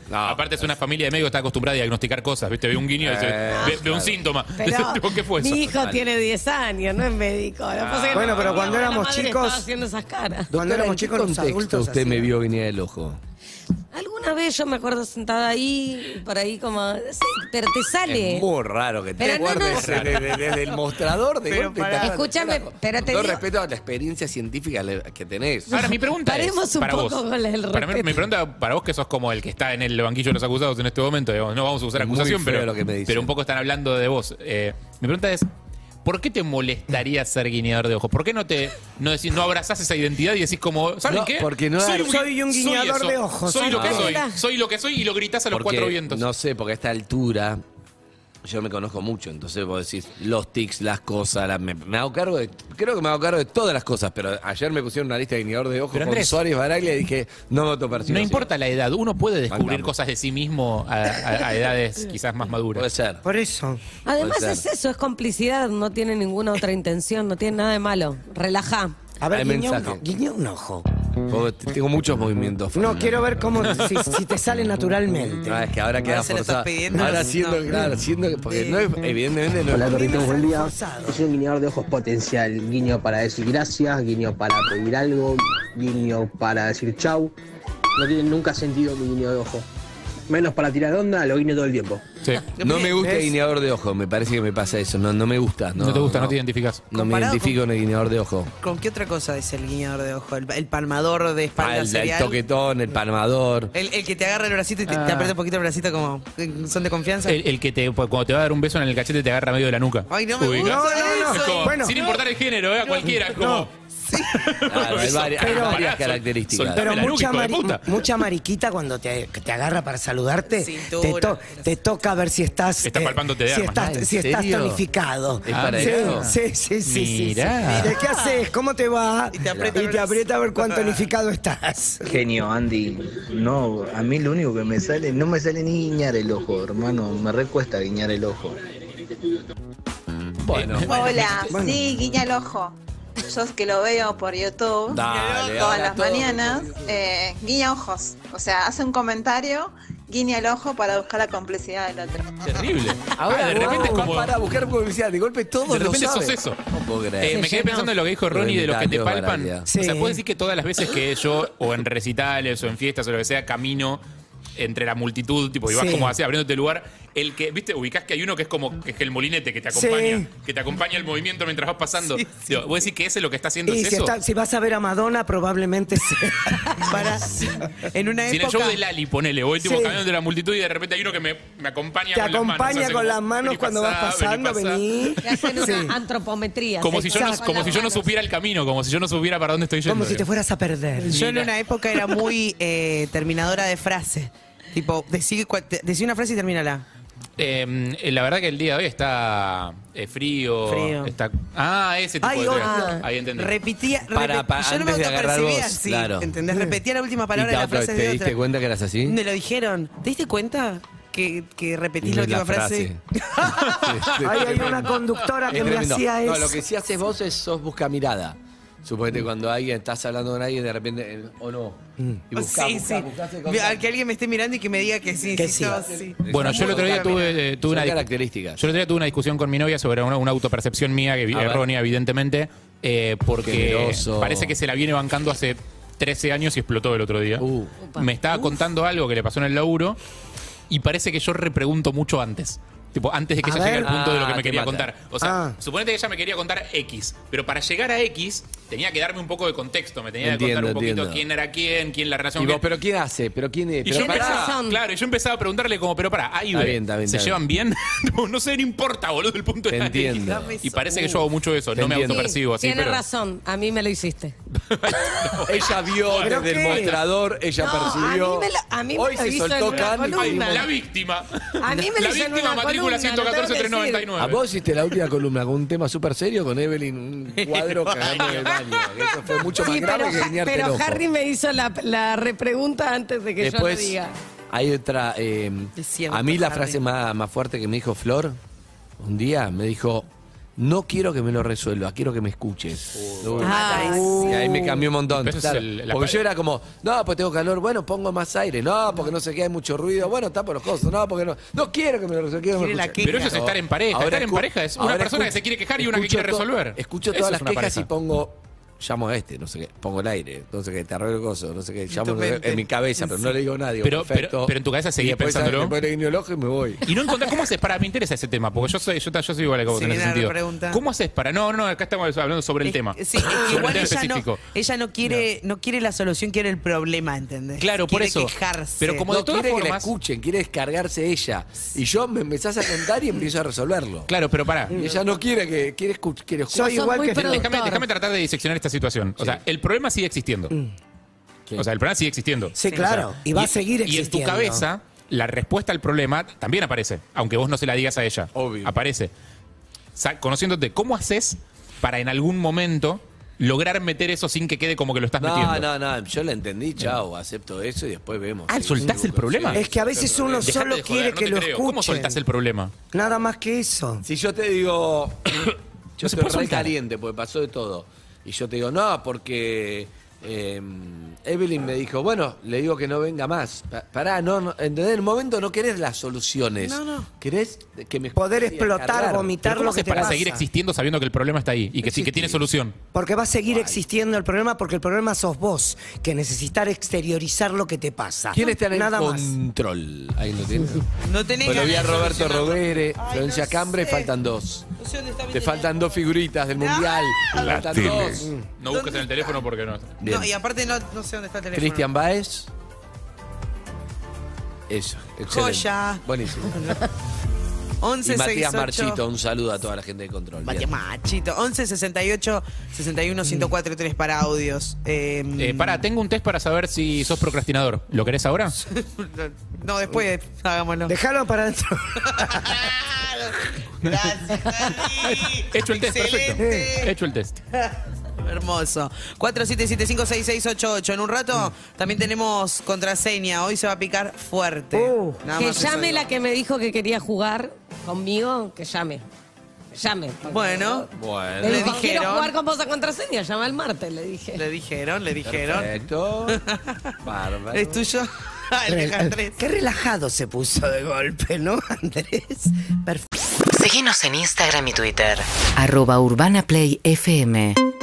Speaker 4: no.
Speaker 6: Aparte es una familia de médicos que está acostumbrada a diagnosticar cosas, ¿viste? Ve un guiño y dice,
Speaker 4: Eh,
Speaker 6: ve, ve un síntoma.
Speaker 7: Pero
Speaker 6: Tipo, ¿Qué fue eso?
Speaker 7: mi hijo tiene 10 años, no es médico. Lo que pasa es que
Speaker 8: Bueno,
Speaker 7: no-
Speaker 8: pero
Speaker 7: mi
Speaker 8: cuando
Speaker 7: abuela
Speaker 8: éramos
Speaker 7: madre
Speaker 8: chicos-
Speaker 7: estaba haciendo esas caras.
Speaker 8: Cuando
Speaker 4: Doctora,
Speaker 8: éramos
Speaker 4: ¿en qué
Speaker 8: chicos, los
Speaker 4: contexto
Speaker 8: adultos
Speaker 4: usted me
Speaker 8: hacían.
Speaker 4: vio guiñar el ojo?
Speaker 7: Alguna vez yo me acuerdo sentada ahí, por ahí como, sí, pero te sale.
Speaker 4: Es muy raro que te
Speaker 7: Pero no, no,
Speaker 4: guardes
Speaker 7: no.
Speaker 4: desde, desde el mostrador de golpe. te-
Speaker 7: Escúchame, pero te
Speaker 4: Con todo
Speaker 7: digo-
Speaker 4: respeto a la experiencia científica le- que tenés.
Speaker 6: Ahora, mi pregunta
Speaker 7: Paremos
Speaker 6: es
Speaker 7: un
Speaker 6: para vos.
Speaker 7: poco con el
Speaker 6: para mí-
Speaker 7: respeto.
Speaker 6: mi pregunta para vos que sos como el que está en el banquillo de los acusados en este momento, digamos, no vamos a usar
Speaker 4: Muy
Speaker 6: acusación,
Speaker 4: feo
Speaker 6: pero,
Speaker 4: lo que me dicen.
Speaker 6: pero un poco están hablando de vos. Eh, mi pregunta es, ¿por qué te molestaría ser guiñador de ojos? ¿Por qué no te no decís, no abrazás esa identidad y decís como, ¿saben
Speaker 4: No,
Speaker 6: qué?
Speaker 4: porque no da-
Speaker 8: Soy un guiñador
Speaker 6: eso,
Speaker 8: de ojos.
Speaker 6: Soy lo que
Speaker 7: Ah.
Speaker 6: soy, soy lo que soy y lo gritás a los
Speaker 4: Porque,
Speaker 6: cuatro vientos.
Speaker 4: No sé, porque a esta altura yo me conozco mucho, entonces vos decís los tics, las cosas, la- me, me hago cargo de, creo que me hago cargo de todas las cosas, pero ayer me pusieron una lista de guiñador de ojos
Speaker 6: Pero,
Speaker 4: con
Speaker 6: Andrés,
Speaker 4: Suárez Baraglia y dije, no me autopercibo.
Speaker 6: No importa la edad, uno puede descubrir
Speaker 4: Bancamos.
Speaker 6: cosas de sí mismo a, a- a edades quizás más
Speaker 4: Puede
Speaker 6: maduras.
Speaker 4: ser.
Speaker 8: Por eso.
Speaker 7: Además
Speaker 4: Puede
Speaker 7: es
Speaker 4: ser.
Speaker 7: eso, es complicidad, no tiene ninguna otra intención, no tiene nada de malo. Relajá.
Speaker 8: A ver,
Speaker 4: Hay
Speaker 8: guiña un,
Speaker 4: mensaje.
Speaker 8: guiña un ojo.
Speaker 4: Porque t- Tengo muchos movimientos.
Speaker 8: No, quiero ver cómo, si, si te sale naturalmente.
Speaker 4: No, es que ahora queda
Speaker 5: se lo estás
Speaker 4: forzado.
Speaker 5: pidiendo,
Speaker 4: Ahora
Speaker 5: no.
Speaker 4: siendo, claro, siendo que- porque no es, evidentemente no es.
Speaker 8: buen día. Soy un guiñador de ojos potencial. Guiño para decir gracias, guiño para pedir algo, guiño para decir chau. No tiene nunca sentido mi guiño de ojo. Menos para tirar onda, lo guiño todo el tiempo.
Speaker 6: Sí.
Speaker 4: No me gusta el guiñador de ojos, me parece que me pasa eso. No, no me gusta. No,
Speaker 6: No, te gusta, no, te identificas.
Speaker 4: No me
Speaker 5: Comparado
Speaker 4: identifico con el guiñador de ojo.
Speaker 5: ¿Con qué otra cosa es el guiñador de ojo? El, el palmador de espalda
Speaker 4: Ah, el, el
Speaker 5: serial.
Speaker 4: toquetón, el palmador.
Speaker 5: El, el que te agarra el bracito y te,
Speaker 6: Ah.
Speaker 5: te aprieta un poquito el bracito como eh, son de confianza.
Speaker 6: El, el que te, pues, cuando te va a dar un beso en el cachete te agarra medio de la nuca.
Speaker 5: Ay, no me
Speaker 6: Ubicás.
Speaker 5: gusta eso.
Speaker 6: Es como,
Speaker 8: Bueno.
Speaker 6: sin importar el género, ¿eh? a cualquiera. es como,
Speaker 4: Claro, hay varias, hay
Speaker 6: Pero-
Speaker 4: varias
Speaker 6: Pará,
Speaker 4: características.
Speaker 6: soltá-
Speaker 8: Pero
Speaker 6: Dame la nuca,
Speaker 8: mucha,
Speaker 6: hijo de
Speaker 8: mari-
Speaker 6: puta.
Speaker 8: mucha mariquita cuando te, que te agarra para saludarte,
Speaker 5: Cintura.
Speaker 8: te, to- te toca ver si estás. eh,
Speaker 6: Está palpándote de
Speaker 8: si
Speaker 6: armas.
Speaker 4: Ah, ¿en
Speaker 8: estás, si estás
Speaker 4: serio?
Speaker 8: tonificado.
Speaker 4: ¿Es para
Speaker 8: sí,
Speaker 4: eso?
Speaker 8: sí, sí, sí, sí, sí.
Speaker 6: Mirá.
Speaker 8: ¿De ¿Qué haces? ¿Cómo te va?
Speaker 5: Y te aprieta
Speaker 8: Y
Speaker 5: a
Speaker 8: te
Speaker 5: ver-
Speaker 8: aprieta a ver
Speaker 4: Ah.
Speaker 8: cuán tonificado estás.
Speaker 10: Genio, Andy. No, a mí lo único que me sale, no me sale ni guiñar el ojo, hermano. Me recuesta guiñar el ojo.
Speaker 4: Bueno,
Speaker 11: Hola, sí, guiña el ojo. Yo que lo veo por YouTube
Speaker 4: dale,
Speaker 11: todas
Speaker 4: ahora
Speaker 11: las
Speaker 4: todo.
Speaker 11: mañanas, eh, guiña ojos. O sea, hace un comentario, guiña el ojo para buscar la complicidad del otro.
Speaker 6: terrible.
Speaker 4: Ahora
Speaker 6: Ah, de repente es
Speaker 4: vamos
Speaker 6: como.
Speaker 4: para buscar publicidad, de golpe todo
Speaker 6: De repente
Speaker 4: lo
Speaker 6: sos
Speaker 4: saben.
Speaker 6: eso.
Speaker 4: No puedo creer.
Speaker 6: Eh, me quedé
Speaker 7: Se llenó.
Speaker 6: pensando en lo que dijo Ronnie de los que te
Speaker 4: Dios
Speaker 6: palpan.
Speaker 4: guardia.
Speaker 6: O sea,
Speaker 8: Sí.
Speaker 6: puedo decir que todas las veces que yo, o en recitales, o en fiestas, o lo que sea, camino entre la multitud, tipo, y vas
Speaker 8: Sí.
Speaker 6: como así, abriéndote el lugar, el que, viste, ubicás que hay uno que es como que es el molinete que te acompaña,
Speaker 8: Sí.
Speaker 6: que te acompaña el movimiento mientras vas pasando. Digo, ¿Vos decís que ese lo que está haciendo
Speaker 8: Y
Speaker 6: es
Speaker 8: si,
Speaker 6: eso?
Speaker 8: está- si vas a ver a Madonna, probablemente sea.
Speaker 5: Para, en una
Speaker 6: Si en el
Speaker 5: época.
Speaker 6: show de Lali, ponele, voy tipo
Speaker 8: Sí.
Speaker 6: caminando entre la multitud y de repente hay uno que me, me acompaña
Speaker 8: Te
Speaker 6: con las manos.
Speaker 8: acompaña
Speaker 6: hace
Speaker 8: con
Speaker 6: como,
Speaker 8: las manos
Speaker 6: "Vení
Speaker 8: cuando vas
Speaker 6: pasá, vení
Speaker 8: pasando,
Speaker 6: pasá". Ah,
Speaker 8: vení.
Speaker 7: Le hacen una
Speaker 8: Sí.
Speaker 7: antropometría.
Speaker 6: Como
Speaker 7: se
Speaker 6: si yo no,
Speaker 7: exacto.
Speaker 6: como si yo no supiera el camino, como si yo no supiera para dónde estoy yendo.
Speaker 8: Como si te
Speaker 6: digo.
Speaker 8: fueras a perder.
Speaker 5: Yo en
Speaker 6: Mira.
Speaker 5: una época era muy eh, terminadora de frase. Tipo, decí, cual- te- decí una frase y termínala.
Speaker 6: Eh, eh, la verdad que el día de hoy está eh, frío,
Speaker 5: Frío.
Speaker 6: Está, ah, ese tipo
Speaker 5: Ay,
Speaker 6: de
Speaker 5: otra.
Speaker 6: cosas. Ahí entendí.
Speaker 5: Repetía.
Speaker 4: Para-
Speaker 5: repe-
Speaker 4: para-
Speaker 5: yo no me
Speaker 4: antes de agarrar
Speaker 5: autopercibía
Speaker 4: vos,
Speaker 5: así.
Speaker 4: claro.
Speaker 5: ¿Entendés? Repetía la última palabra
Speaker 4: Y
Speaker 5: de la
Speaker 4: te, ¿Te
Speaker 5: frase de
Speaker 4: diste
Speaker 5: otra.
Speaker 4: cuenta que eras así?
Speaker 5: Me lo dijeron. ¿Te diste cuenta que, que repetís
Speaker 4: Y
Speaker 5: la
Speaker 4: no
Speaker 5: última frase?
Speaker 8: Ay, hay una conductora que
Speaker 4: Es
Speaker 8: me
Speaker 4: tremendo.
Speaker 8: hacía
Speaker 4: No,
Speaker 8: eso.
Speaker 4: lo que sí haces vos es sos busca mirada. Suponete cuando alguien estás hablando con alguien de repente eh, o no.
Speaker 6: Mm.
Speaker 4: Y buscás,
Speaker 5: sí,
Speaker 4: buscás,
Speaker 5: sí.
Speaker 4: buscás, haces
Speaker 5: Ve-
Speaker 4: cosas.
Speaker 5: Al que alguien me esté mirando y que me diga que sí.
Speaker 8: Que
Speaker 5: sí,
Speaker 8: sí.
Speaker 5: todo así.
Speaker 6: Bueno, yo el otro día
Speaker 5: Exacto.
Speaker 6: tuve, eh, tuve
Speaker 4: Son
Speaker 6: una
Speaker 4: características.
Speaker 6: Yo el otro día tuve una discusión con mi novia sobre una, una autopercepción mía, que vi-
Speaker 4: A ver.
Speaker 6: errónea, evidentemente, eh, porque
Speaker 4: Generoso.
Speaker 6: parece que se la viene bancando hace 13 años y explotó el otro día.
Speaker 4: Uh.
Speaker 6: Me estaba contando algo que le pasó en el laburo y parece que yo repregunto mucho antes. Tipo, antes de que
Speaker 8: A
Speaker 6: ella llegue al
Speaker 8: ver.
Speaker 6: punto de lo que
Speaker 4: Ah,
Speaker 6: me
Speaker 4: te
Speaker 6: quería
Speaker 4: mata.
Speaker 6: contar. O sea,
Speaker 8: Ah.
Speaker 6: suponete que ella me quería contar X, pero para llegar a X tenía que darme un poco de contexto, me tenía que contar
Speaker 4: Entiendo,
Speaker 6: un poquito
Speaker 4: entiendo.
Speaker 6: quién era quién, quién la relación.
Speaker 4: Y vos,
Speaker 6: que-
Speaker 4: pero ¿quién hace? ¿Pero quién es?
Speaker 6: y
Speaker 4: Pero
Speaker 6: yo
Speaker 4: pará.
Speaker 6: empezaba,
Speaker 7: razón.
Speaker 6: claro, y yo empezaba a preguntarle como, pero para, ahí
Speaker 4: Está bien, está bien,
Speaker 6: ¿se
Speaker 4: está
Speaker 6: llevan bien? Tipo, no sé, no importa, boludo, el punto
Speaker 4: Te
Speaker 6: era X.
Speaker 4: entiendo. Dame
Speaker 6: Y
Speaker 5: eso.
Speaker 6: parece que yo hago mucho eso,
Speaker 4: Te
Speaker 6: no me
Speaker 4: entiendo.
Speaker 6: autopercibo así,
Speaker 7: Tiene
Speaker 6: pero...
Speaker 7: razón, a mí me lo hiciste.
Speaker 4: Ella vio
Speaker 8: ¿Pero
Speaker 4: desde el
Speaker 8: qué?
Speaker 4: mostrador, ella
Speaker 7: No,
Speaker 4: percibió.
Speaker 7: a mí me lo- a mí me
Speaker 4: Hoy
Speaker 7: lo
Speaker 4: se
Speaker 7: hizo en
Speaker 4: soltó
Speaker 7: una
Speaker 4: Can.
Speaker 7: columna.
Speaker 4: y
Speaker 6: Ay,
Speaker 4: dijimos,
Speaker 6: La víctima.
Speaker 7: A mí me
Speaker 6: la
Speaker 7: lo hicieron en
Speaker 6: víctima, matrícula
Speaker 7: una columna, lo tengo que decir.
Speaker 6: 114-399.
Speaker 4: A vos hiciste la última columna con un tema súper serio con Evelyn, un cuadro cagando en el baño. Eso fue mucho más
Speaker 7: Sí,
Speaker 4: grave
Speaker 7: pero,
Speaker 4: que
Speaker 7: Ja-
Speaker 4: guiñarte
Speaker 7: pero
Speaker 4: el ojo.
Speaker 7: Harry me hizo la, la repregunta antes de que yo lo
Speaker 4: Después
Speaker 7: diga.
Speaker 4: hay otra. eh,
Speaker 5: Es cierto,
Speaker 4: a mí la
Speaker 5: Harry.
Speaker 4: frase más, más fuerte que me dijo Flor un día me dijo: No quiero que me lo resuelva, quiero que me escuches. Uy.
Speaker 7: Ay, sí.
Speaker 4: Y ahí me cambió un montón.
Speaker 6: Pero eso
Speaker 4: claro.
Speaker 6: es el- la
Speaker 4: porque
Speaker 6: pa-
Speaker 4: yo era como, no, pues tengo calor, bueno, pongo más aire, no, porque no sé qué, hay mucho ruido, bueno, tapo los cosos, no, porque no, no quiero que me lo resuelva, quiero que me
Speaker 5: Quiere la
Speaker 4: escuche.
Speaker 5: queja.
Speaker 6: Pero eso es estar en pareja, estar en
Speaker 4: escu-
Speaker 6: pareja es una
Speaker 4: ahora
Speaker 6: persona que
Speaker 4: escu-
Speaker 6: se quiere quejar y una que
Speaker 4: escucho
Speaker 6: quiere
Speaker 4: to-
Speaker 6: resolver.
Speaker 4: Escucho
Speaker 6: Eso
Speaker 4: todas
Speaker 6: es
Speaker 4: las
Speaker 6: una
Speaker 4: quejas
Speaker 6: pareja.
Speaker 4: y pongo llamo a este, no sé qué, pongo el aire, no sé qué, te arreglo el coso, no sé qué, llamo
Speaker 6: tu mente.
Speaker 4: en mi cabeza, pero no le digo a nadie.
Speaker 6: Pero- pero-
Speaker 4: perfecto.
Speaker 6: pero en tu cabeza
Speaker 4: Y
Speaker 6: seguís
Speaker 4: después,
Speaker 6: pensándolo.
Speaker 4: después le guiño el ojo y me voy.
Speaker 6: Y no encontrás cómo haces para. Me interesa ese tema, porque yo soy, yo, ta- yo soy igual que vos
Speaker 5: Sí,
Speaker 6: en ese
Speaker 5: era la
Speaker 6: sentido.
Speaker 5: pregunta.
Speaker 6: ¿Cómo haces para.? No, no, acá estamos hablando sobre el tema.
Speaker 5: Sí, es que
Speaker 6: Sobre
Speaker 5: igual
Speaker 6: el tema
Speaker 5: ella no,
Speaker 6: específico.
Speaker 5: ella no quiere, no. quiere la solución, quiere el problema, ¿entendés?
Speaker 6: Claro, por
Speaker 5: Quiere
Speaker 6: eso.
Speaker 5: quejarse.
Speaker 6: Pero como
Speaker 4: no
Speaker 6: de todas
Speaker 4: quiere que la
Speaker 6: formas-
Speaker 4: escuchen, quiere descargarse ella. Y yo me empezás a contar y empiezo a resolverlo.
Speaker 6: Claro, pero pará.
Speaker 4: Y ella no quiere que quiere escu- quiere escuchar.
Speaker 6: Déjame, déjame tratar de diseccionar esta situación. O sea, el problema sigue existiendo. O sea, el problema sigue existiendo.
Speaker 8: Sí, claro.
Speaker 6: O sea,
Speaker 8: Mm. Y va a seguir
Speaker 6: Y en tu
Speaker 8: existiendo.
Speaker 6: cabeza, la respuesta al problema también aparece, aunque vos no se la digas a ella.
Speaker 4: Obvio.
Speaker 6: Aparece. Sa- conociéndote, ¿cómo haces para en algún momento lograr meter eso sin que quede como que lo estás
Speaker 4: No,
Speaker 6: metiendo?
Speaker 4: no, no, yo la entendí, chao, acepto eso y después vemos.
Speaker 6: Ah,
Speaker 4: Sí,
Speaker 6: ¿soltás
Speaker 4: sí,
Speaker 6: el problema?
Speaker 4: sí,
Speaker 8: Es que a veces uno
Speaker 6: Dejate
Speaker 8: solo
Speaker 6: de joder,
Speaker 8: quiere
Speaker 6: no
Speaker 8: que
Speaker 6: te
Speaker 8: lo
Speaker 6: creo.
Speaker 8: escuchen.
Speaker 6: ¿Cómo soltás el problema?
Speaker 8: Nada más que eso.
Speaker 4: Si yo te digo, yo
Speaker 6: No se
Speaker 4: estoy
Speaker 6: puede
Speaker 4: re
Speaker 6: soltar.
Speaker 4: caliente porque pasó de todo. Y yo te digo, no, porque eh, Evelyn me dijo, bueno, le digo que no venga más. Pa- pará, no, no, ¿entendés? En el momento no querés las soluciones.
Speaker 8: No, no.
Speaker 4: Querés que me
Speaker 8: Poder
Speaker 4: escuches y
Speaker 8: explotar,
Speaker 4: descargar.
Speaker 6: ¿Pero
Speaker 8: vomitar. Quitar
Speaker 6: ¿Cómo
Speaker 8: lo que
Speaker 6: haces
Speaker 8: te
Speaker 6: para
Speaker 8: pasa.
Speaker 6: seguir existiendo sabiendo que el problema está ahí y que, sí, que tiene solución?
Speaker 8: Porque va a seguir existiendo el problema porque el problema sos vos, que necesitar exteriorizar lo que te pasa.
Speaker 4: ¿Quién está en el
Speaker 8: Nada más.
Speaker 4: control? Ahí lo tienen.
Speaker 5: No tenés
Speaker 4: Bueno,
Speaker 5: ganas
Speaker 4: Pues vi a
Speaker 5: de
Speaker 4: Roberto
Speaker 5: solucionarlo.
Speaker 4: Rodere, Florencia
Speaker 5: no
Speaker 4: Cambre,
Speaker 5: sé.
Speaker 4: faltan dos.
Speaker 5: No sé dónde está mi
Speaker 4: Te
Speaker 5: teléfono.
Speaker 4: faltan dos figuritas del Mundial. faltan dos.
Speaker 6: No busques en el teléfono porque no.
Speaker 4: Bien.
Speaker 5: No, y aparte no, no sé dónde está el teléfono.
Speaker 4: Cristian Baez. Eso, excelente.
Speaker 5: Joya.
Speaker 4: Buenísimo.
Speaker 5: 11,
Speaker 4: Y Matías
Speaker 5: 68.
Speaker 4: Marchito, un saludo a toda la gente de Control. Bien.
Speaker 5: Matías Machito. 11 68 61 104 3 para audios. Eh,
Speaker 6: Eh, pará, tengo un test para saber si sos procrastinador. ¿Lo querés ahora?
Speaker 5: No, después hagámoslo.
Speaker 8: Déjalo para adentro.
Speaker 5: Gracias, Dani.
Speaker 6: Hecho el test, perfecto.
Speaker 5: Excelente.
Speaker 6: Hecho el test.
Speaker 5: Hermoso. 47756688. En un rato también tenemos contraseña. Hoy se va a picar fuerte. Nada
Speaker 7: que
Speaker 5: más eso
Speaker 7: llame
Speaker 5: digo.
Speaker 7: la que me dijo que quería jugar conmigo, que llame. Que llame. porque-
Speaker 5: Bueno,
Speaker 4: Bueno,
Speaker 7: Le
Speaker 5: Le
Speaker 7: dijo,
Speaker 5: dijeron.
Speaker 7: quiero jugar con vos a contraseña, llama el martes, le dije.
Speaker 5: le dijeron, le dijeron.
Speaker 4: perfecto. Bárbaro.
Speaker 5: ¿Es tuyo? Ah, el de Andrés.
Speaker 8: Qué relajado se puso de golpe, ¿no, Andrés? Perfecto.
Speaker 1: Seguinos en Instagram y Twitter. Arroba Urbana Play FM